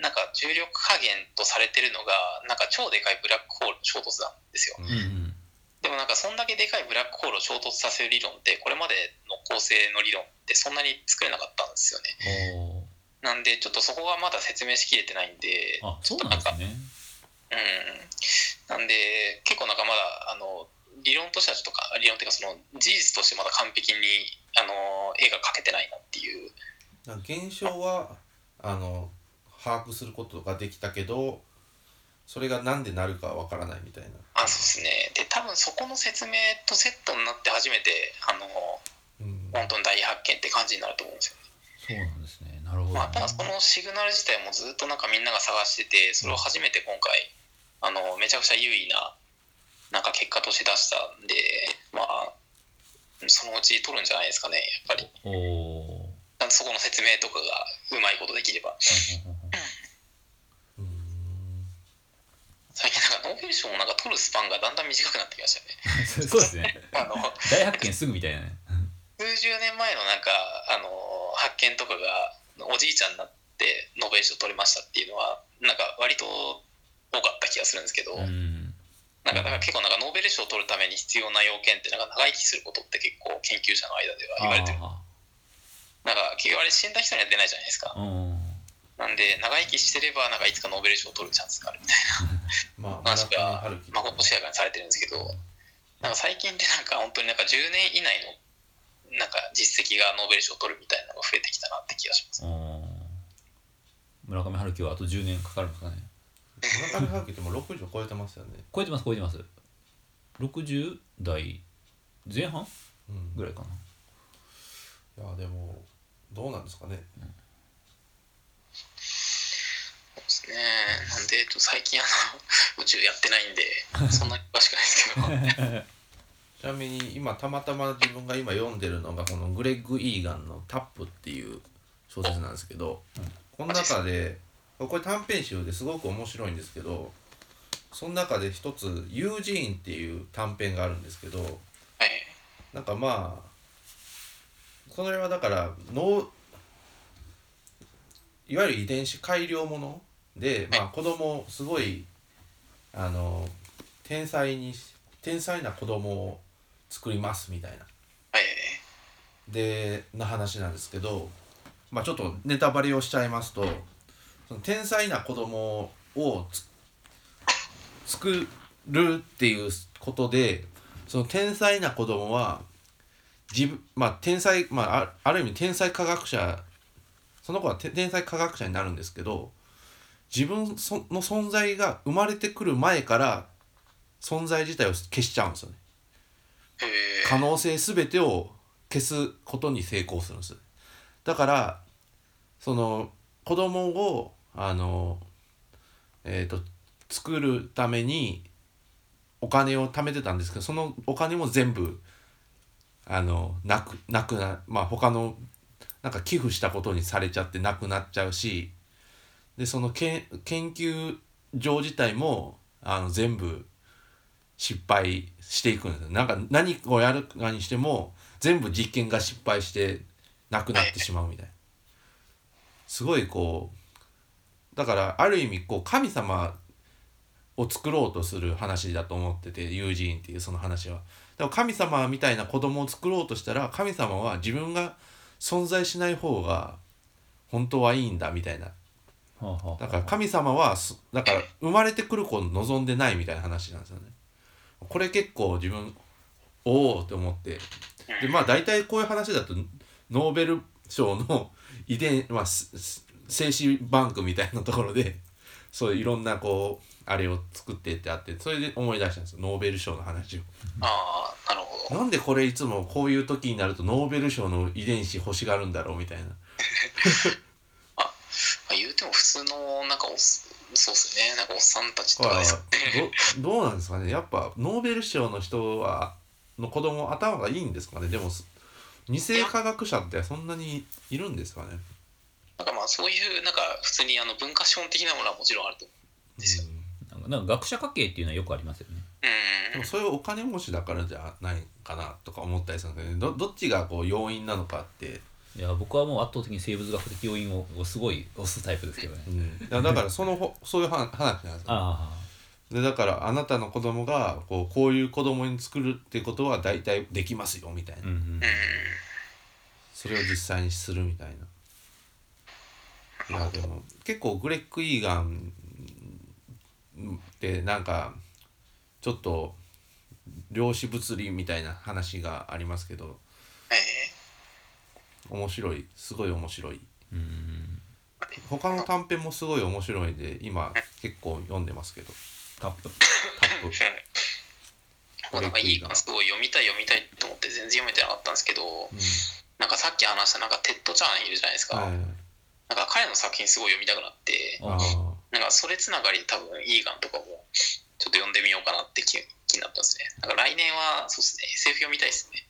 [SPEAKER 4] なんか重力加減とされてるのがなんか超でかいブラックホールの衝突なんですよ
[SPEAKER 2] う
[SPEAKER 3] うんんうん
[SPEAKER 4] でもなんかそんだけでかいブラックホールを衝突させる理論ってこれまでの構成の理論ってそんなに作れなかったんですよね
[SPEAKER 3] おー
[SPEAKER 4] なんでちょっとそこがまだ説明しきれてないんで
[SPEAKER 3] あそうなんですね
[SPEAKER 4] ううん、なんで結構なんかまだあの理論としてはちょっとか理論っていうかその事実としてまだ完璧にあの絵が描けてないなっていう、
[SPEAKER 2] だから現象はあの把握することができたけどそれが何でなるかわからないみたいな
[SPEAKER 4] あそうですねで多分そこの説明とセットになって初めてあの
[SPEAKER 2] うん
[SPEAKER 4] 本当に大発見って感じになると思うんですよ、
[SPEAKER 3] そうなんですねなるほど、ね
[SPEAKER 4] まあ、ただそのシグナル自体もずっとなんかみんなが探しててそれを初めて今回あのめちゃくちゃ優位ななんか結果として出したんでまあそのうち取るんじゃないですかねやっぱり
[SPEAKER 5] おお
[SPEAKER 4] ちゃんとそこの説明とかがうまいことできれば
[SPEAKER 2] うん
[SPEAKER 4] 最近なんかノーベル賞もなんか取るスパンがだんだん短くなってきましたよ ね。
[SPEAKER 3] そうですね
[SPEAKER 4] あの
[SPEAKER 3] 大発見すぐみたいなね
[SPEAKER 4] 数十年前のなんかあの発見とかがおじいちゃんになってノーベル賞取りましたっていうのはなんか割と多かった気がするんですけど、
[SPEAKER 3] うん
[SPEAKER 4] なんかだから結構なんかノーベル賞を取るために必要な要件ってなんか長生きすることって結構研究者の間では言われてる
[SPEAKER 3] あ
[SPEAKER 4] なんか結局あれ死んだ人には出ないじゃないですか
[SPEAKER 3] あうん
[SPEAKER 4] なんで長生きしてればなんかいつかノーベル賞を取るチャンスがあるみたい
[SPEAKER 2] まあ
[SPEAKER 4] な話
[SPEAKER 2] 村上
[SPEAKER 4] が
[SPEAKER 2] 春樹
[SPEAKER 4] まことしやかにされてるんですけどなんか最近ってなんか本当になんか10年以内のなんか実績がノーベル賞を取るみたいなのが増えてきたなって気がします
[SPEAKER 3] うん村上春樹はあと10年かかるんですかね
[SPEAKER 2] 村上春樹ってもう60超えてますよね、
[SPEAKER 3] 超えてます超えてます60代前半
[SPEAKER 2] うん、
[SPEAKER 3] ぐらいかない
[SPEAKER 2] やでもどうなんですかね
[SPEAKER 4] そうですねなんでえっと最近あの 宇宙やってないんでそんなに詳しく ないですけど
[SPEAKER 2] ちなみに今たまたま自分が今読んでるのがこのグレッグ・イーガンの「タップ」っていう小説なんですけど、この中でこれ短編集ですごく面白いんですけどその中で一つ「ユージーン」っていう短編があるんですけど
[SPEAKER 4] はい
[SPEAKER 2] なんかまあそれはだから脳いわゆる遺伝子改良もので、まあ、子供をすごいあの天才に天才な子供を作りますみたいな
[SPEAKER 4] はい
[SPEAKER 2] でな話なんですけど、まあ、ちょっとネタバレをしちゃいますとその天才な子供をつ作るっていうことでその天才な子供は自分まあ天才まああある意味天才科学者その子はて天才科学者になるんですけど自分その存在が生まれてくる前から存在自体を消しちゃうんですよね。
[SPEAKER 4] へえ
[SPEAKER 2] 可能性全てを消すことに成功するんですだからその子供をあのえっ、と作るためにお金を貯めてたんですけどそのお金も全部あのなくなくなまあ他のなんか寄付したことにされちゃってなくなっちゃうしでそのけん研究場自体もあの全部失敗していくんですよなんか何をやるかにしても全部実験が失敗してなくなってしまうみたいなすごいこうだからある意味こう神様を作ろうとする話だと思っててユージーンっていうその話はでも神様みたいな子供を作ろうとしたら神様は自分が存在しない方が本当はいいんだみたいな
[SPEAKER 3] はあはあはあ
[SPEAKER 2] だから神様はすだから生まれてくる子を望んでないみたいな話なんですよね。これ結構自分おおって思ってでまあ大体こういう話だとノーベル賞の遺伝、まあ、すす精子バンクみたいなところでそういういろんなこうあれを作ってってあってそれで思い出したんですよノーベル賞の話を。
[SPEAKER 4] ああなるほど
[SPEAKER 2] なんでこれいつもこういう時になるとノーベル賞の遺伝子欲しがるんだろうみたいな。
[SPEAKER 4] まあ言うても普通のなんかおっそうっすねなんかおっさんたちと
[SPEAKER 2] は
[SPEAKER 4] かですよ
[SPEAKER 2] どどうなんですかねやっぱノーベル賞の人はの子供頭がいいんですかねでもす二世科学者ってそんなにいるんですかね、
[SPEAKER 4] なんかまあそういうなんか普通にあの文化資本的なものはもちろんあると思うんですよ。
[SPEAKER 3] なんかなんか学者家系っていうのはよくありますよね
[SPEAKER 2] で
[SPEAKER 4] うん
[SPEAKER 2] も。そういうお金持ちだからじゃないかなとか思ったりするんですけどねどどっちがこう要因なのかって、
[SPEAKER 3] いや僕はもう圧倒的に生物学的要因をすごい推すタイプですけどね
[SPEAKER 2] うん、だだからそのほそういう話話なんですよ
[SPEAKER 3] ああ
[SPEAKER 2] でだからあなたの子供がこうこういう子供に作るってことは大体できますよみたいな、
[SPEAKER 3] うんうん
[SPEAKER 2] それを実際にするみたいな。いやでも結構グレッグ・イーガンでなんかちょっと量子物理みたいな話がありますけど
[SPEAKER 4] え
[SPEAKER 2] 面白いすごい面白い
[SPEAKER 3] うん
[SPEAKER 2] 他の短編もすごい面白いんで今結構読んでますけど
[SPEAKER 3] タップ
[SPEAKER 2] タップ
[SPEAKER 4] えうん。もうなんかいいからすごい読みたい読みたいと思って全然読めてなかったんですけど、
[SPEAKER 2] う
[SPEAKER 4] なんかさっき話したなんかテッドちゃんいるじゃないですか。
[SPEAKER 2] ん、はい、
[SPEAKER 4] なんか彼の作品すごい読みたくなって、
[SPEAKER 2] ああ
[SPEAKER 4] なんかそれつながりで多分イーガンとかもちょっと読んでみようかなって気気になったんですね。なんか来年はそうですね、SF 読みたいですね。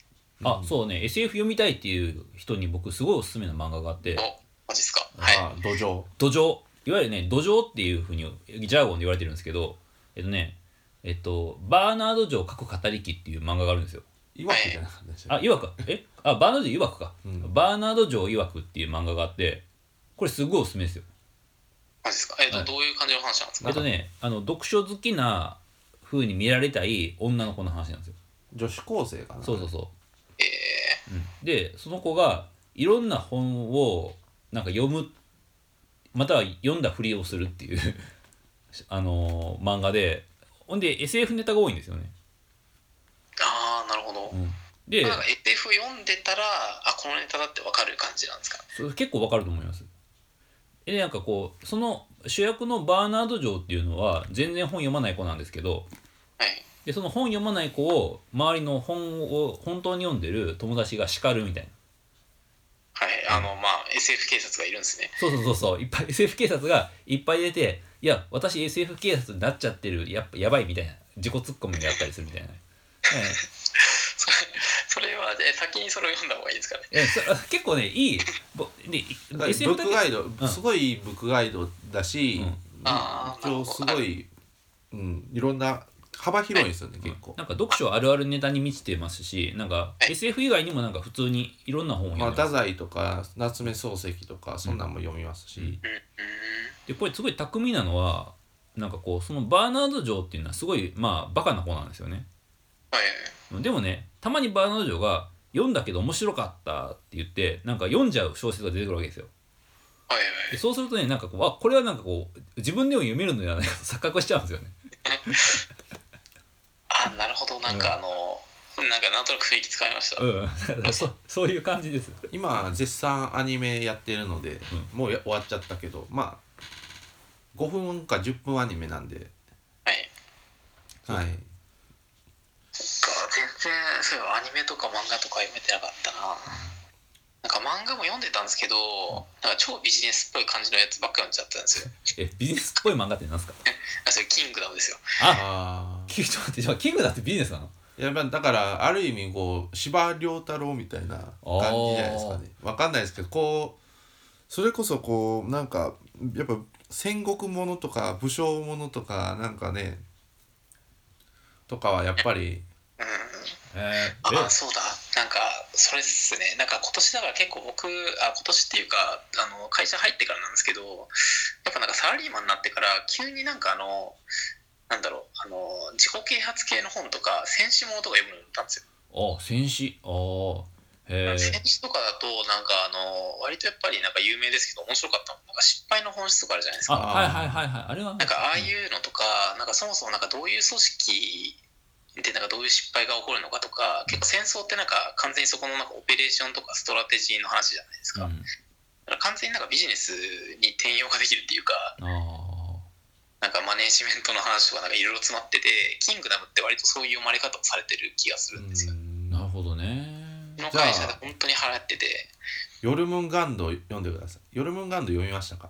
[SPEAKER 3] あそうね SF 読みたいっていう人に僕すごいおすすめの漫画があって
[SPEAKER 4] お、マジっすか。はい。
[SPEAKER 2] ああ土壌
[SPEAKER 3] 土壌いわゆるね土壌っていうふうにジャーゴンで言われてるんですけどえっとねえっとバーナード城過去語り記っていう漫画があるんですよ
[SPEAKER 2] いわきじゃなかったでした
[SPEAKER 3] あ
[SPEAKER 2] っけ
[SPEAKER 3] いわくえあバーナード城いわくか、
[SPEAKER 2] うん
[SPEAKER 3] バーナード城いわくっていう漫画があってこれすごいおすすめですよ
[SPEAKER 4] マジっすか。えっ、と、
[SPEAKER 3] はい
[SPEAKER 4] どういう感じの話なんです
[SPEAKER 3] え
[SPEAKER 4] か
[SPEAKER 3] っとねあの読書好きな風に見られたい女の子の話なんですよ
[SPEAKER 2] 女子高生かな
[SPEAKER 3] そうそうそう
[SPEAKER 4] え
[SPEAKER 3] うんでその子がいろんな本をなんか読むまたは読んだふりをするっていう あのー漫画でほんで SF ネタが多いんですよね、
[SPEAKER 4] ー、ああ、なるほど。
[SPEAKER 3] うんで
[SPEAKER 4] まあなんか SF 読んでたら、あ、このネタだってわかる感じなんですか。
[SPEAKER 3] それ結構わかると思いますでなんかこうその主役のバーナード・ジョーっていうのは全然本読まない子なんですけど
[SPEAKER 4] はい。
[SPEAKER 3] でその本読まない子を周りの本を本当に読んでる友達が叱るみたいな
[SPEAKER 4] はい。あの、まあ、SF 警察がいるんですね。
[SPEAKER 3] そうそうそうそういっぱい SF 警察がいっぱい出ていや私 SF 警察になっちゃってるやっぱやばいみたいな自己ツッコミがやったりするみたいな、
[SPEAKER 4] それそれは、え先にそれを読んだ方がいいですかね。
[SPEAKER 3] えええそ 結構ねいいぼで
[SPEAKER 2] だからブ
[SPEAKER 3] SF
[SPEAKER 2] ッ
[SPEAKER 3] だ
[SPEAKER 2] クガ
[SPEAKER 3] け
[SPEAKER 2] イド、
[SPEAKER 3] ん
[SPEAKER 2] すごいいいブックガイドだし、
[SPEAKER 3] うん
[SPEAKER 4] あー
[SPEAKER 2] 一応すごい、うん、いろんな幅広いんですよね、結構
[SPEAKER 3] なんか読書あるあるネタに満ちてますしなんか
[SPEAKER 4] はい
[SPEAKER 3] SF 以外にもなんか普通にいろんな本を
[SPEAKER 2] まあ
[SPEAKER 3] 読んで
[SPEAKER 2] 太
[SPEAKER 3] ます
[SPEAKER 2] 宰とか夏目漱石とかそんなんも読みますし、
[SPEAKER 4] うん。うん。
[SPEAKER 3] でこれすごい巧みなのはなんかこうそのバーナード・ジョーっていうのはすごいまあバカな子なんですよね
[SPEAKER 4] はい。
[SPEAKER 3] でもねたまにバーナード・ジョーが読んだけど面白かったって言ってなんか読んじゃう小説が出てくるわけですよ
[SPEAKER 4] はい。はい。
[SPEAKER 3] でそうするとねなんかこうあこれはなんかこう自分でも読めるのではないかと 錯覚しちゃうんですよね。
[SPEAKER 4] あ、なるほど。なんか、あの、なんか、なんとなく雰囲気つかみました。
[SPEAKER 3] うんそう そういう感じです。
[SPEAKER 2] 今絶賛アニメやってるので、もうや終わっちゃったけどまあ5分か10分アニメなんで、
[SPEAKER 4] はい。
[SPEAKER 2] はい、
[SPEAKER 4] そっか全然そうよアニメとか漫画とか読めてなかったななんか漫画も読んでたんですけどなんか超ビジネスっぽい感じのやつばっか読んじゃったんですよ
[SPEAKER 3] えビジネスっぽい漫画って何すか？
[SPEAKER 4] あそれキングダムですよ
[SPEAKER 3] あ
[SPEAKER 2] あ
[SPEAKER 3] キングちょっと待ってじゃあキングだってビジネスなの？
[SPEAKER 2] ーいやまあだからある意味こう司馬遼太郎みたいな感じじゃないですかねわかんないですけどこうそれこそこうなんかやっぱ戦国ものとか武将ものとかなんかねとかはやっぱり
[SPEAKER 4] うん
[SPEAKER 3] え
[SPEAKER 4] ああそうだなんかそれっすねなんか今年だから結構僕あ今年っていうかあの会社入ってからなんですけどやっぱなんかサラリーマンになってから急になんかあのなんだろうあの自己啓発系の本とか選手ものとか読むようになったんですよ
[SPEAKER 3] あ戦士あーへ
[SPEAKER 4] 選
[SPEAKER 3] え
[SPEAKER 4] 手とかだとなんかあの割とやっぱりなんか有名ですけど面白かったのがなんか失敗の本質とかあるじゃないです
[SPEAKER 3] あ
[SPEAKER 4] か
[SPEAKER 3] はいはいはいはいあれは
[SPEAKER 4] なんかああいうのとかなんかそもそもなんかどういう組織でなんかどういう失敗が起こるのかとか結構戦争ってなんか完全にそこのなんかオペレーションとかストラテジーの話じゃないですか,、
[SPEAKER 3] う
[SPEAKER 4] だ
[SPEAKER 3] ん
[SPEAKER 4] から完全になんかビジネスに転用ができるっていうか
[SPEAKER 3] あ
[SPEAKER 4] なんかマネージメントの話とかなんかいろいろ詰まっててキングダムって割とそういう生まれ方をされてる気がするんですよ、
[SPEAKER 3] ーなるほどね
[SPEAKER 4] こ。の会社で本当に払ってて
[SPEAKER 2] ヨルムンガンド読んでください。ヨルムンガンド読みましたか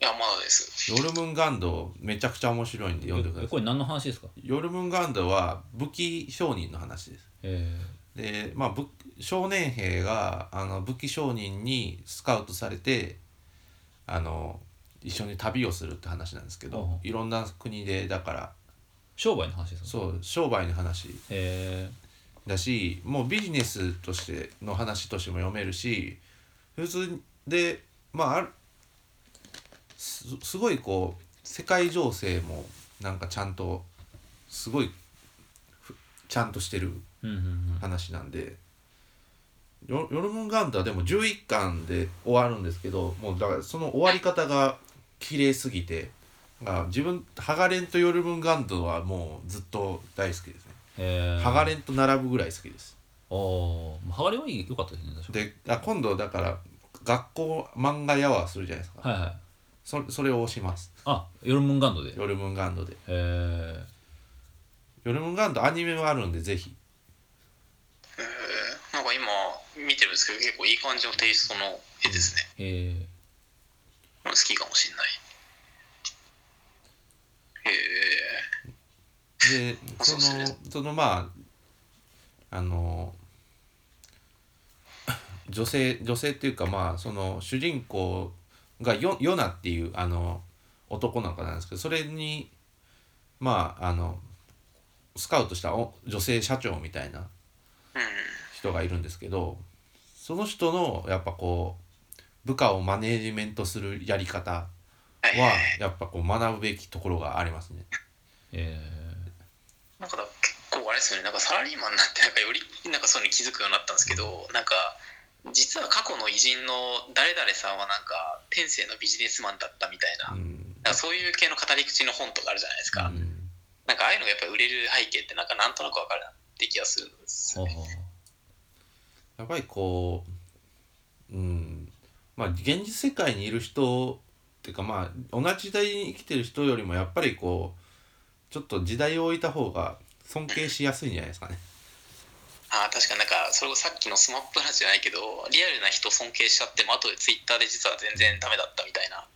[SPEAKER 4] いやまだです
[SPEAKER 2] ヨルムンガンドめちゃくちゃ面白いんで読んでく
[SPEAKER 3] え
[SPEAKER 2] だ
[SPEAKER 3] こ
[SPEAKER 2] さい。
[SPEAKER 3] れ何の話ですか？
[SPEAKER 2] ヨルムンガンドは武器商人の話です。
[SPEAKER 3] え
[SPEAKER 2] で、まあ、武少年兵があの武器商人にスカウトされてあの一緒に旅をするって話なんですけ
[SPEAKER 3] うん
[SPEAKER 2] どいろんな国でだから
[SPEAKER 3] 商売の話ですか？
[SPEAKER 2] そう商売の話
[SPEAKER 3] へ
[SPEAKER 2] だしもうビジネスとしての話としても読めるし普通でまああるすすごいこう世界情勢もなんかちゃんとすごいふちゃんとしてる
[SPEAKER 3] えうんうんうん。
[SPEAKER 2] 話なんで「よヨルムンガンダ」でも11巻で終わるんですけどもうだからその終わり方が綺麗すぎてが自分ハガレンとヨルムンガンドはもうずっと大好きですね、
[SPEAKER 3] えー、
[SPEAKER 2] ハガレンと並ぶぐらい好きです
[SPEAKER 3] おー剥がれはいい良かったですね確か
[SPEAKER 2] であ今度だから学校漫画やわするじゃないですか、
[SPEAKER 3] にはいはい
[SPEAKER 2] そそれを押します
[SPEAKER 3] あヨルムンガンドでへ
[SPEAKER 2] ヨルムンガンドで
[SPEAKER 3] え
[SPEAKER 2] ヨルムンガンドアニメもあるんでぜひ
[SPEAKER 4] えーなんか今見てるんですけど結構いい感じのテイストの絵ですね
[SPEAKER 3] ー、えー、
[SPEAKER 4] 好きかもしれないへえ
[SPEAKER 2] で
[SPEAKER 4] あ
[SPEAKER 2] そ
[SPEAKER 4] そう
[SPEAKER 2] の
[SPEAKER 4] ですね
[SPEAKER 2] そのまああの女性女性っていうかまあその主人公がヨヨナっていうあの男の子なんですけどそれにまああのスカウトしたお女性社長みたいな
[SPEAKER 4] うん
[SPEAKER 2] 人がいるんですけどその人のやっぱこう部下をマネージメントするやり方
[SPEAKER 4] はいはい
[SPEAKER 2] は
[SPEAKER 4] はい
[SPEAKER 2] やっぱこう学ぶべきところがありますね。
[SPEAKER 3] え
[SPEAKER 4] なんかだ結構あれですよねなんかサラリーマンになってなんかよりなんかそういうのに気づくようになったんですけどなんか実は過去の偉人の誰々さんはなんか天性のビジネスマンだったみたいな,、
[SPEAKER 2] うん
[SPEAKER 4] なんかそういう系の語り口の本とかあるじゃないですか、
[SPEAKER 2] うん
[SPEAKER 4] なんかああいうのがやっぱり売れる背景ってなんかなんとなくわかるなって気がするんです
[SPEAKER 3] ー、ほ
[SPEAKER 4] よ
[SPEAKER 3] うほ
[SPEAKER 4] ね
[SPEAKER 3] う
[SPEAKER 2] やっぱりこううんまあ現実世界にいる人っていうかまあ同じ時代に生きてる人よりもやっぱりこうちょっと時代を置いた方が尊敬しやすいんじゃないですかね。
[SPEAKER 4] ああ確かになんかそれこそさっきのスマップ話じゃないけどリアルな人尊敬しちゃっても後でツイッターで実は全然ダメだったみたいな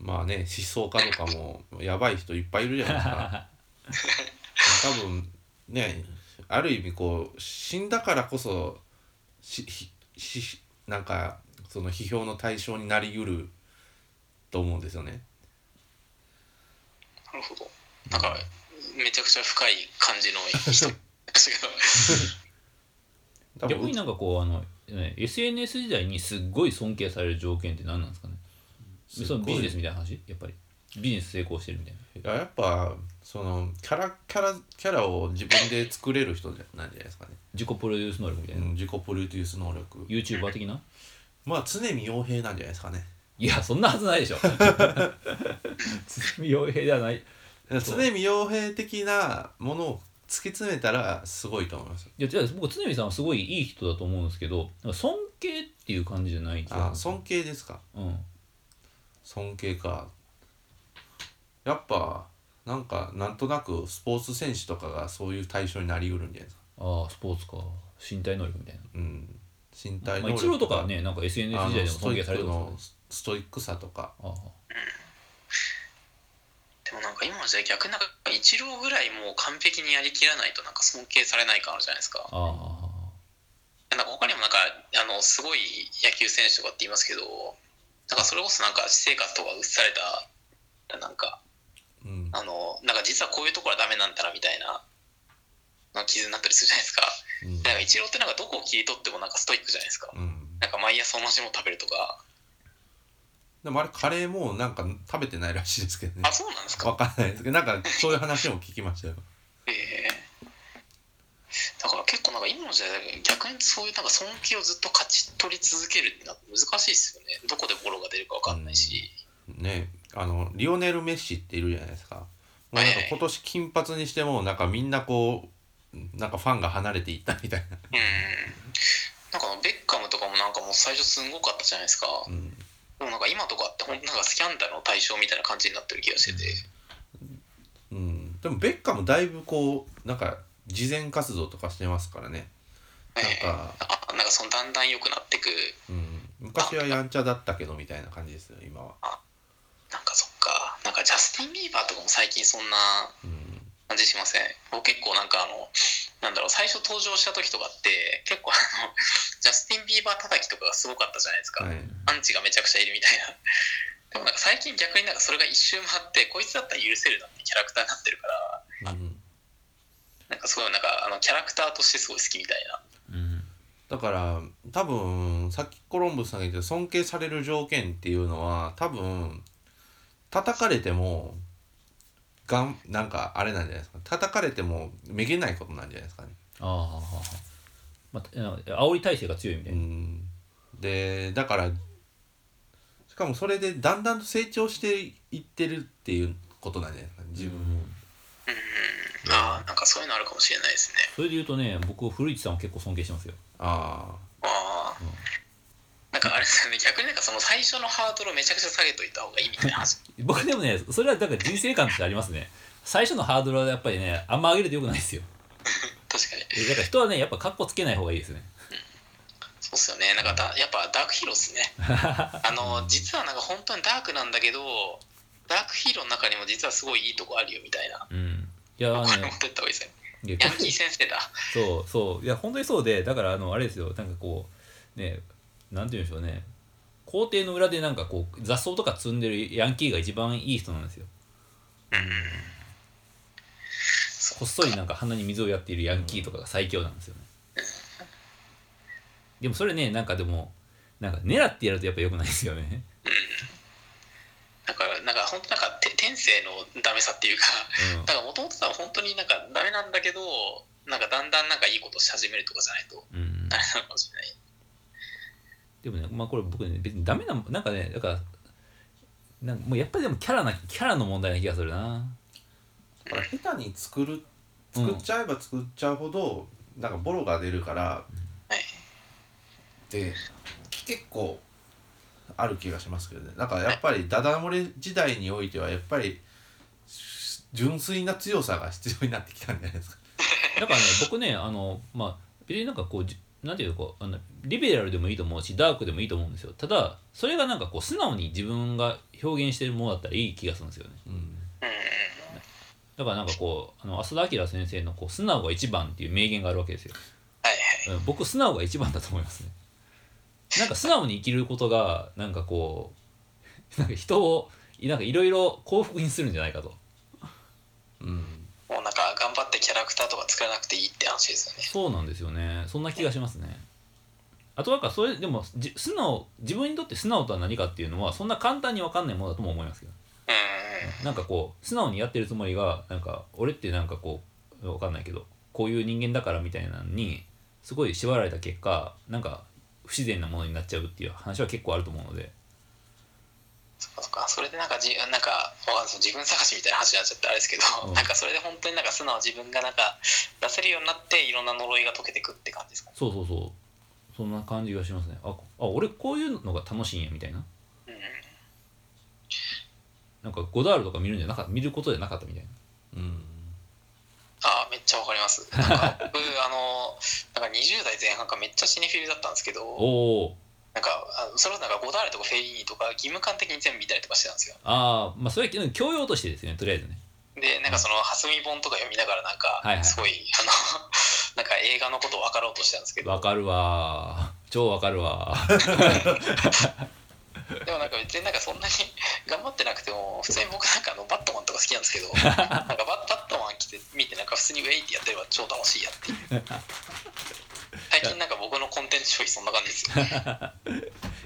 [SPEAKER 2] まあね思想家とかもやばい人いっぱいいるじゃないですか。 多分ねある意味こう死んだからこそしひしなんかその批評の対象になりうると思うんですよね。
[SPEAKER 4] なるほどなんかめちゃくちゃ深い感じの 人でしたけど
[SPEAKER 2] 多分
[SPEAKER 3] 逆になんかこうあの、ね、SNS 時代にすっごい尊敬される条件って何なんですかね
[SPEAKER 2] すっ
[SPEAKER 3] そ
[SPEAKER 2] ごい
[SPEAKER 3] のビジネスみたいな話やっぱりビジネス成功してるみたいない
[SPEAKER 2] ややっぱそのキャラキャラキャラを自分で作れる人じゃなんじゃないですかね、
[SPEAKER 3] 自己プロデュース能力みたいな、
[SPEAKER 2] うん、自己プロデュース能力
[SPEAKER 3] YouTuber 的な
[SPEAKER 2] まあ常見傭兵なんじゃないですかね
[SPEAKER 3] いやそんなはずないで しょ傭兵ではない
[SPEAKER 2] 常見傭兵的なものを突き詰めたらすごいと思います
[SPEAKER 3] いや違う僕常見さんはすごいいい人だと思うんですけどなんか尊敬っていう感じじゃない気が
[SPEAKER 2] あ尊敬ですか
[SPEAKER 3] うん
[SPEAKER 2] 尊敬かやっぱなんかなんとなくスポーツ選手とかがそういう対象になりうるんじゃないですか
[SPEAKER 3] ああスポーツか身体能力みたいな、
[SPEAKER 2] うん身体
[SPEAKER 3] ま
[SPEAKER 2] 能
[SPEAKER 3] あ、
[SPEAKER 2] 力
[SPEAKER 3] 一郎とかはねなんか SNS
[SPEAKER 2] あ
[SPEAKER 3] 時
[SPEAKER 2] の
[SPEAKER 3] 代でも
[SPEAKER 2] スト
[SPEAKER 3] 尊
[SPEAKER 2] イ
[SPEAKER 3] 敬
[SPEAKER 2] ッ
[SPEAKER 3] され
[SPEAKER 2] ク
[SPEAKER 3] てますよ
[SPEAKER 2] の
[SPEAKER 3] ね
[SPEAKER 2] ストイックさとか
[SPEAKER 3] ああ
[SPEAKER 4] でもなんか今の時代逆になんか一郎ぐらいもう完璧にやりきらないとなんか尊敬されない感あるじゃないですか
[SPEAKER 3] ああ
[SPEAKER 4] なんか他にもなんかあのすごい野球選手とかって言いますけどなんかそれこそなんか私生活とか移されたなんか
[SPEAKER 2] うん
[SPEAKER 4] あのなんか実はこういうところはダメなんだなみたいなの傷になったりするじゃないですか
[SPEAKER 2] うん
[SPEAKER 4] なんかイチローってなんかどこを切り取ってもなんかストイックじゃないですか
[SPEAKER 2] うん
[SPEAKER 4] なんか毎朝同じもの食べるとか
[SPEAKER 2] でもあれカレーもうなんか食べてないらしいですけどね
[SPEAKER 4] あ。そうなんですか
[SPEAKER 2] わかんないですけど、なんかそういう話も聞きましたよ。
[SPEAKER 4] ええだから結構なんか今の時代逆にそういうなんか尊敬をずっと勝ち取り続けるってのは難しいですよねどこでボロが出るか分かんないし、
[SPEAKER 2] ね、あのリオネルメッシっているじゃないですか。もうなんか今年金髪にしてもなんかみんなこうなんかファンが離れていったみたい な。
[SPEAKER 4] うんなんかベッカムとかもなんかもう最初すごかったじゃないですか、
[SPEAKER 2] うん、
[SPEAKER 4] でもなんか今とかって本当なんかスキャンダルの対象みたいな感じになってる気がしてて、
[SPEAKER 2] うん、でもベッカもだいぶこうなんか慈善活動とかしてますからね。なん
[SPEAKER 4] ええ
[SPEAKER 2] か、
[SPEAKER 4] あなんかそのだんだん良くなってく
[SPEAKER 2] うん、昔はやんちゃだったけどみたいな感じですよ今は。
[SPEAKER 4] なんかそっかなんかジャスティン・ビーバーとかも最近そんな
[SPEAKER 2] うん
[SPEAKER 4] 感じしません僕結構なんかあのなんだろう最初登場した時とかって結構あの ジャスティン・ビーバー叩きとかがすごかったじゃないですか、
[SPEAKER 2] はい
[SPEAKER 4] アンチがめちゃくちゃいるみたいなでもなんか最近逆になんかそれが一周回ってこいつだったら許せるなってキャラクターになってるから
[SPEAKER 2] うん
[SPEAKER 4] なんかすごいなんかあのキャラクターとしてすごい好きみたいな
[SPEAKER 3] うん
[SPEAKER 2] だから多分さっきコロンブスさんが言ってた尊敬される条件っていうのは多分叩かれてもがんなんかあれなんじゃないですか叩かれてもめげないことなんじゃないですかね。
[SPEAKER 3] ああ、まあ、あ煽り体制が強いみた
[SPEAKER 2] う
[SPEAKER 3] いな。
[SPEAKER 2] ん、でだからかもそれでだんだんと成長していってるっていうことなんじゃないですかね自分も、
[SPEAKER 4] うんうんあーなんかそういうのあるかもしれないですね
[SPEAKER 3] それで言うとね僕古市さんを結構尊敬してますよ
[SPEAKER 2] あ
[SPEAKER 4] ああ、
[SPEAKER 3] うん
[SPEAKER 4] なんかあれですよね逆になんかその最初のハードルをめちゃくちゃ下げといた方がいいみたいな話
[SPEAKER 3] 僕でもねそれはだから人生観としてありますね最初のハードルはやっぱりねあんま上げるとよくないですよ
[SPEAKER 4] 確かに
[SPEAKER 3] だから人はねやっぱカッコつけない方がいいですね
[SPEAKER 4] そうっすよねなんかだやっぱダークヒーロ ーっすねあの実はなんか本当にダークなんだけどダークヒーローの中にも実はすごいいいとこあるよみたいな
[SPEAKER 3] うんいやあの
[SPEAKER 4] これ持
[SPEAKER 3] ね
[SPEAKER 4] ってった方がいいですよね
[SPEAKER 3] いや
[SPEAKER 4] ヤンキー先生だ
[SPEAKER 3] そうそういや本当にそうでだからあのあれですよなんかこうねなんて言うんでしょうね校庭の裏でなんかこう雑草とか積んでるヤンキーが一番いい人なんですよこっそりなんか鼻に水をやっているヤンキーとかが最強なんですよねでもそれねなんかでもなんか狙ってやるとやっぱ良くないですよね
[SPEAKER 4] だからなんか本当なんかて天性のダメさっていうか
[SPEAKER 3] うん
[SPEAKER 4] だからもともとは本当になんかダメなんだけどなんかだんだんなんかいいことし始めるとかじゃないと
[SPEAKER 3] うん
[SPEAKER 4] ダメなのかもしれない
[SPEAKER 3] でもね、まあ、これ僕ね別にダメなもなんかねだからなんかもうやっぱりでもキャラなキャラの問題な気がするな
[SPEAKER 2] あだから下手に作る作っちゃえば作っちゃうほど、なんかボロが出るから、
[SPEAKER 4] はい
[SPEAKER 2] で結構ある気がしますけどねなんかやっぱりダダ漏れ時代においてはやっぱり純粋な強さが必要になってきたんじゃないですか。
[SPEAKER 3] だからね僕ねあのまあ別になんかこうじなんていうかこうあのリベラルでもいいと思うしダークでもいいと思うんですよただそれがなんかこう素直に自分が表現してるものだったらいい気がするんですよね
[SPEAKER 2] うん
[SPEAKER 4] うん
[SPEAKER 3] だからなんかこうあの浅田明先生のこう「素直が一番」っていう名言があるわけですよ、
[SPEAKER 4] はいはい
[SPEAKER 3] うん、僕素直が一番だと思いますねなんか素直に生きることがなんかこうなんか人をなんかいろいろ幸福にするんじゃないかと
[SPEAKER 2] うん
[SPEAKER 4] もうなんか頑張ってキャラクターとか作らなくていいって話ですよね
[SPEAKER 3] そうなんですよねそんな気がしますねあとなんかそれでもじ素直自分にとって素直とは何かっていうのはそんな簡単に分かんないものだとも思いますけど
[SPEAKER 4] うん
[SPEAKER 3] なんかこう素直にやってるつもりがなんか俺ってなんかこう分かんないけどこういう人間だからみたいなのにすごい縛られた結果なんか不自然なものになっちゃうっていう話は結構あると思うので
[SPEAKER 4] そっかそっかそれでなんかじなんかわかんないです自分探しみたいな話になっちゃってあれですけど、
[SPEAKER 3] うん
[SPEAKER 4] なんかそれで本当になんか素直自分がなんか出せるようになっていろんな呪いが解けてくって感じですかね
[SPEAKER 3] そうそうそうそんな感じがしますねああ俺こういうのが楽しいんやみたいな
[SPEAKER 4] うん
[SPEAKER 3] なんかゴダールとか見るんじゃなか見ることじゃなかったみたいな
[SPEAKER 2] うん
[SPEAKER 4] ああめっちゃわかりますなんか 僕あのなんか20代前半かめっちゃシネフィルだったんですけど
[SPEAKER 3] おお
[SPEAKER 4] なんかあのそれこそなんかゴダールとかフェリーニとか義務感的に全部見たりとかしてたんですよ
[SPEAKER 3] ああまあそれは教養としてですねとりあえずね
[SPEAKER 4] でなんかその蓮見本とか読みながらなんか
[SPEAKER 3] はいはい
[SPEAKER 4] すごい、あの なんか映画のことを分かろうとしてたんですけど
[SPEAKER 3] わかるわー 超わかるわ
[SPEAKER 4] でもなんか別になんかそんなに 頑張ってなくても普通に僕なんかあのバットマンとか好きなんです けどなんかババットマン来て見てなんか普通にウェイってやってれば超楽しいやっていう最近なんか僕のコンテンツ消費そんな感じですよね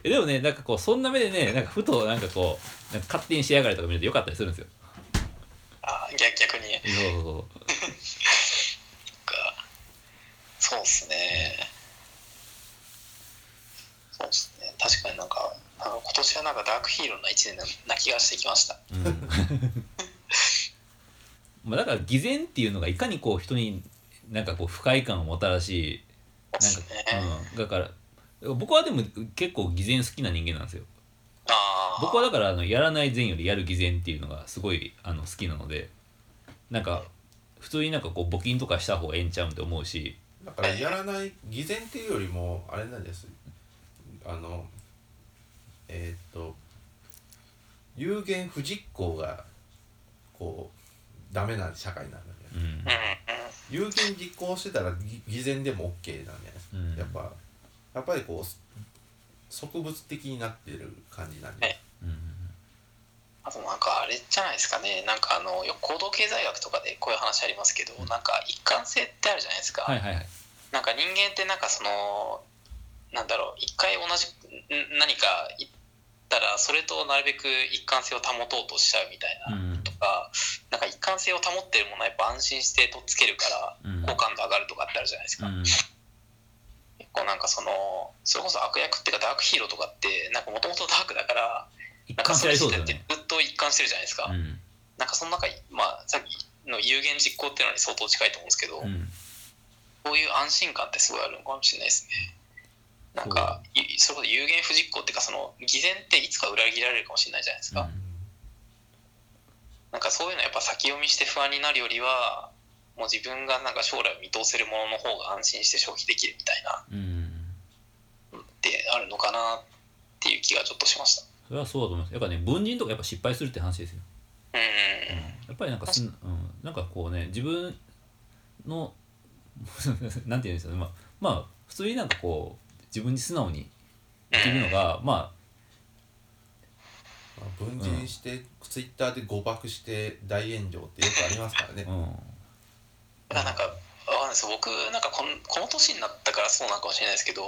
[SPEAKER 3] ーでもねなんかこうそんな目でねなんかふとなんかこうなんか勝手に仕上がりとか見るとよかったりするんですよ
[SPEAKER 4] あー逆逆になん
[SPEAKER 3] そうそうそう
[SPEAKER 4] かそうっすねそうっすね確かになんかあの今年はなんかダークヒーローな1年な気がしてきました
[SPEAKER 3] うん まあだから偽善っていうのがいかにこう人になんかこう不快感をもたらし
[SPEAKER 4] そうっすね、
[SPEAKER 3] なんか、うん、だから僕はでも結構偽善好きな人間なんですよ
[SPEAKER 4] ああ
[SPEAKER 3] 僕はだからあのやらない善よりやる偽善っていうのがすごいあの好きなのでなんか普通になんかこう募金とかした方がええんちゃうんって思うし
[SPEAKER 2] だからやらない偽善っていうよりもあれなんですあのえーっと有言不実行がこうダメな社会なんだね
[SPEAKER 3] うん
[SPEAKER 4] うんうん
[SPEAKER 2] 有言実行してたらぎ偽善でも OK なんじゃないですか、
[SPEAKER 3] うん
[SPEAKER 2] やっぱやっぱりこう植物的になってる感じなんで、
[SPEAKER 3] うん
[SPEAKER 4] あとなんかあれじゃないですかねなんかあのよく行動経済学とかでこういう話ありますけど、なんか一貫性ってあるじゃないですか、
[SPEAKER 3] はいはいはい
[SPEAKER 4] なんか人間ってなんかそのなんだろう一回同じん何か言ったらそれとなるべく一貫性を保とうとしちゃうみたいな、
[SPEAKER 3] うん
[SPEAKER 4] とかなんか一貫性を保ってるものはやっぱ安心してとっつけるから
[SPEAKER 3] うん
[SPEAKER 4] 好感度上がるとかってあるじゃないですか、
[SPEAKER 3] うん
[SPEAKER 4] 結構なんかそのそれこそ悪役っていうかダークヒーローとかってなんかもともとダークだから
[SPEAKER 3] 一
[SPEAKER 4] なんか
[SPEAKER 3] 貫してありそうだよね。
[SPEAKER 4] その時代ってずっと一貫してるじゃないですか、
[SPEAKER 3] うん。
[SPEAKER 4] なんかその中に、まあ、さっきの有言実行っていうのに相当近いと思うんですけど、
[SPEAKER 3] うん。
[SPEAKER 4] そういう安心感ってすごいあるのかもしれないですね。なんか、いそれこそ有言不実行っていうか、その偽善っていつか裏切られるかもしれないじゃないです
[SPEAKER 3] う
[SPEAKER 4] か。
[SPEAKER 3] ん
[SPEAKER 4] なんかそういうのやっぱ先読みして不安になるよりは、もう自分がなんか将来を見通せるものの方が安心して消費できるみたいな
[SPEAKER 3] うん。
[SPEAKER 4] ってあるのかなっていう気がちょっとしました。
[SPEAKER 3] それはそうだと思います。やっぱね、文人とかやっぱ失敗するって話ですよ。
[SPEAKER 4] うん。
[SPEAKER 3] やっぱりなんかすん、うん、なんかこうね自分の なんて言うんですかねまあ、まあ、普通になんかこう自分に素直にできるのがま
[SPEAKER 2] まあ文人して、ツイッターで誤爆して大炎上ってよくありますからね
[SPEAKER 3] あ、うん、
[SPEAKER 4] だからなんか、わかんないです僕なんかこのこの年になったからそうなのかもしれないですけど、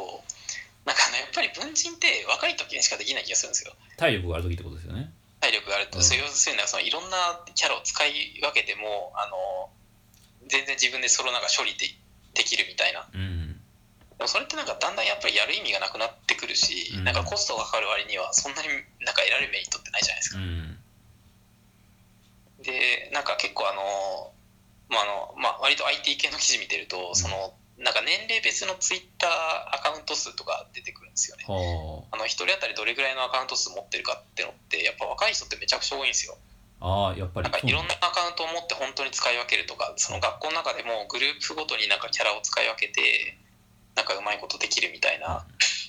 [SPEAKER 4] なんかね、やっぱり文人って若い時にしかできない気がするんですよ。
[SPEAKER 3] 体力がある時ってことですよね。
[SPEAKER 4] 体力があると、
[SPEAKER 3] うん
[SPEAKER 4] そう要するになんかそのいろんなキャラを使い分けてもあの全然自分でそれをなんか処理でできるみたいな
[SPEAKER 3] うん
[SPEAKER 4] でもそれってなんかだんだんやっぱりやる意味がなくなってくるし、
[SPEAKER 3] うん
[SPEAKER 4] なんかコストがかかる割にはそんなになんか得られるメリットってないじゃないです
[SPEAKER 3] う
[SPEAKER 4] か、
[SPEAKER 3] ん
[SPEAKER 4] でなんか結構あの,、まああのまあ、割と IT 系の記事見てると、そのなんか年齢別のツイッターアカウント数とか出てくるんですよね
[SPEAKER 3] は
[SPEAKER 4] あの一人当たりどれぐらいのアカウント数持ってるかってのってやっぱ若い人ってめちゃくちゃ多いんですよ
[SPEAKER 3] ああーやっぱり
[SPEAKER 4] なんかいろんな
[SPEAKER 3] そ
[SPEAKER 4] アカウントを持って本当に使い分けるとかその学校の中でもグループごとになんかキャラを使い分けてなんかうまいことできるみたいな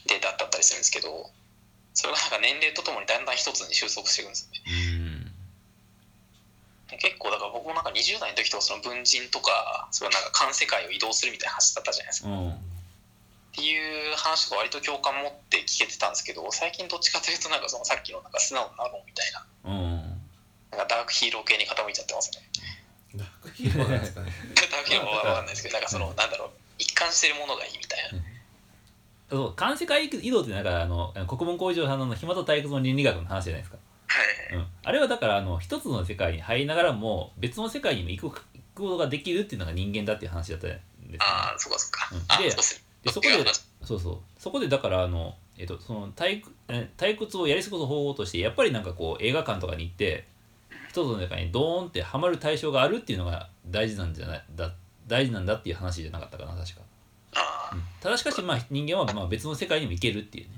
[SPEAKER 4] データだったりするんですけどそれがなんか年齢とともにだんだん一つに収束していくんですよね結構だから僕もなんか20代の時とかその文人とかそれはなんか環世界を移動するみたいな話だったじゃないですか
[SPEAKER 3] うなんうん
[SPEAKER 4] っていう話とか割と共感持って聞けてたんですけど最近どっちかというとなんかそのさっきのなんか素直になろうみたい
[SPEAKER 3] う
[SPEAKER 4] な
[SPEAKER 3] ん
[SPEAKER 4] なんかダークヒーロー系に傾いちゃってますね
[SPEAKER 2] ダークヒーローなんですかね
[SPEAKER 4] ダークヒーローは分かんないですけどなんかそのなんだろう一貫してるものがいいみたいな
[SPEAKER 3] そう環世界移動ってだからあの国文工場さんの暇と退屈の倫理学の話じゃないですか、
[SPEAKER 4] は
[SPEAKER 3] う
[SPEAKER 4] い、
[SPEAKER 3] ん、あれはだからあの一つの世界に入りながらも別の世界にも行く行くことができるっていうのが人間だっていう話だったんです、ね、
[SPEAKER 4] ああ、そうかそうか。
[SPEAKER 3] うん
[SPEAKER 4] あ
[SPEAKER 3] で
[SPEAKER 4] そうっすね
[SPEAKER 3] でそこで
[SPEAKER 4] どっちが
[SPEAKER 3] そうそうそこでだからあの、えっと、その退屈え退屈をやり過ごす方法としてやっぱりなんかこう映画館とかに行って一つの中にドーンってハマる対象があるっていうのが大事なんじゃないだ大事なんだっていう話じゃなかったかな確か、
[SPEAKER 4] あ
[SPEAKER 3] うん、ただしかしまあ人間はまあ別の世界にも行けるっていうね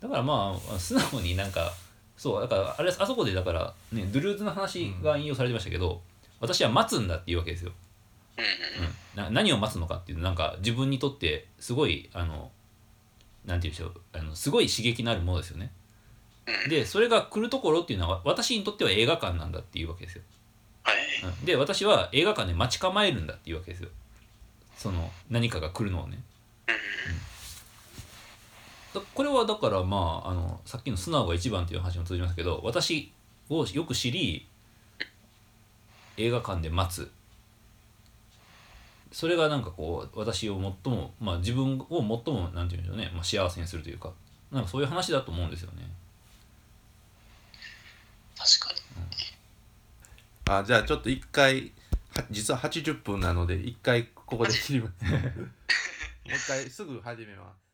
[SPEAKER 3] だからまあ素直になんかそうだからあれあそこでだからねドゥルーズの話が引用されてましたけど、私は待つんだっていうわけですよ
[SPEAKER 4] ーうんうん。
[SPEAKER 3] うんな何を待つのかっていうなんか自分にとってすごいあのなんて言うんでしょうあのすごい刺激のあるものですよね
[SPEAKER 4] うん
[SPEAKER 3] でそれが来るところっていうのは私にとっては映画館なんだっていうわけですよ、
[SPEAKER 4] はい。
[SPEAKER 3] うんで私は映画館で待ち構えるんだっていうわけですよその何かが来るのをねだこれはだからまああのさっきの「素直が一番」っていう話も通じますけど私をよく知り映画館で待つそれがなんかこう私を最もまあ自分を最もなんて言うんでしょうね、まあ、幸せにするというかなんかそういう話だと思うんですよね。
[SPEAKER 4] 確かに。
[SPEAKER 2] あじゃあちょっと一回は実は80分なので一回ここで切りますもう一回すぐ始めます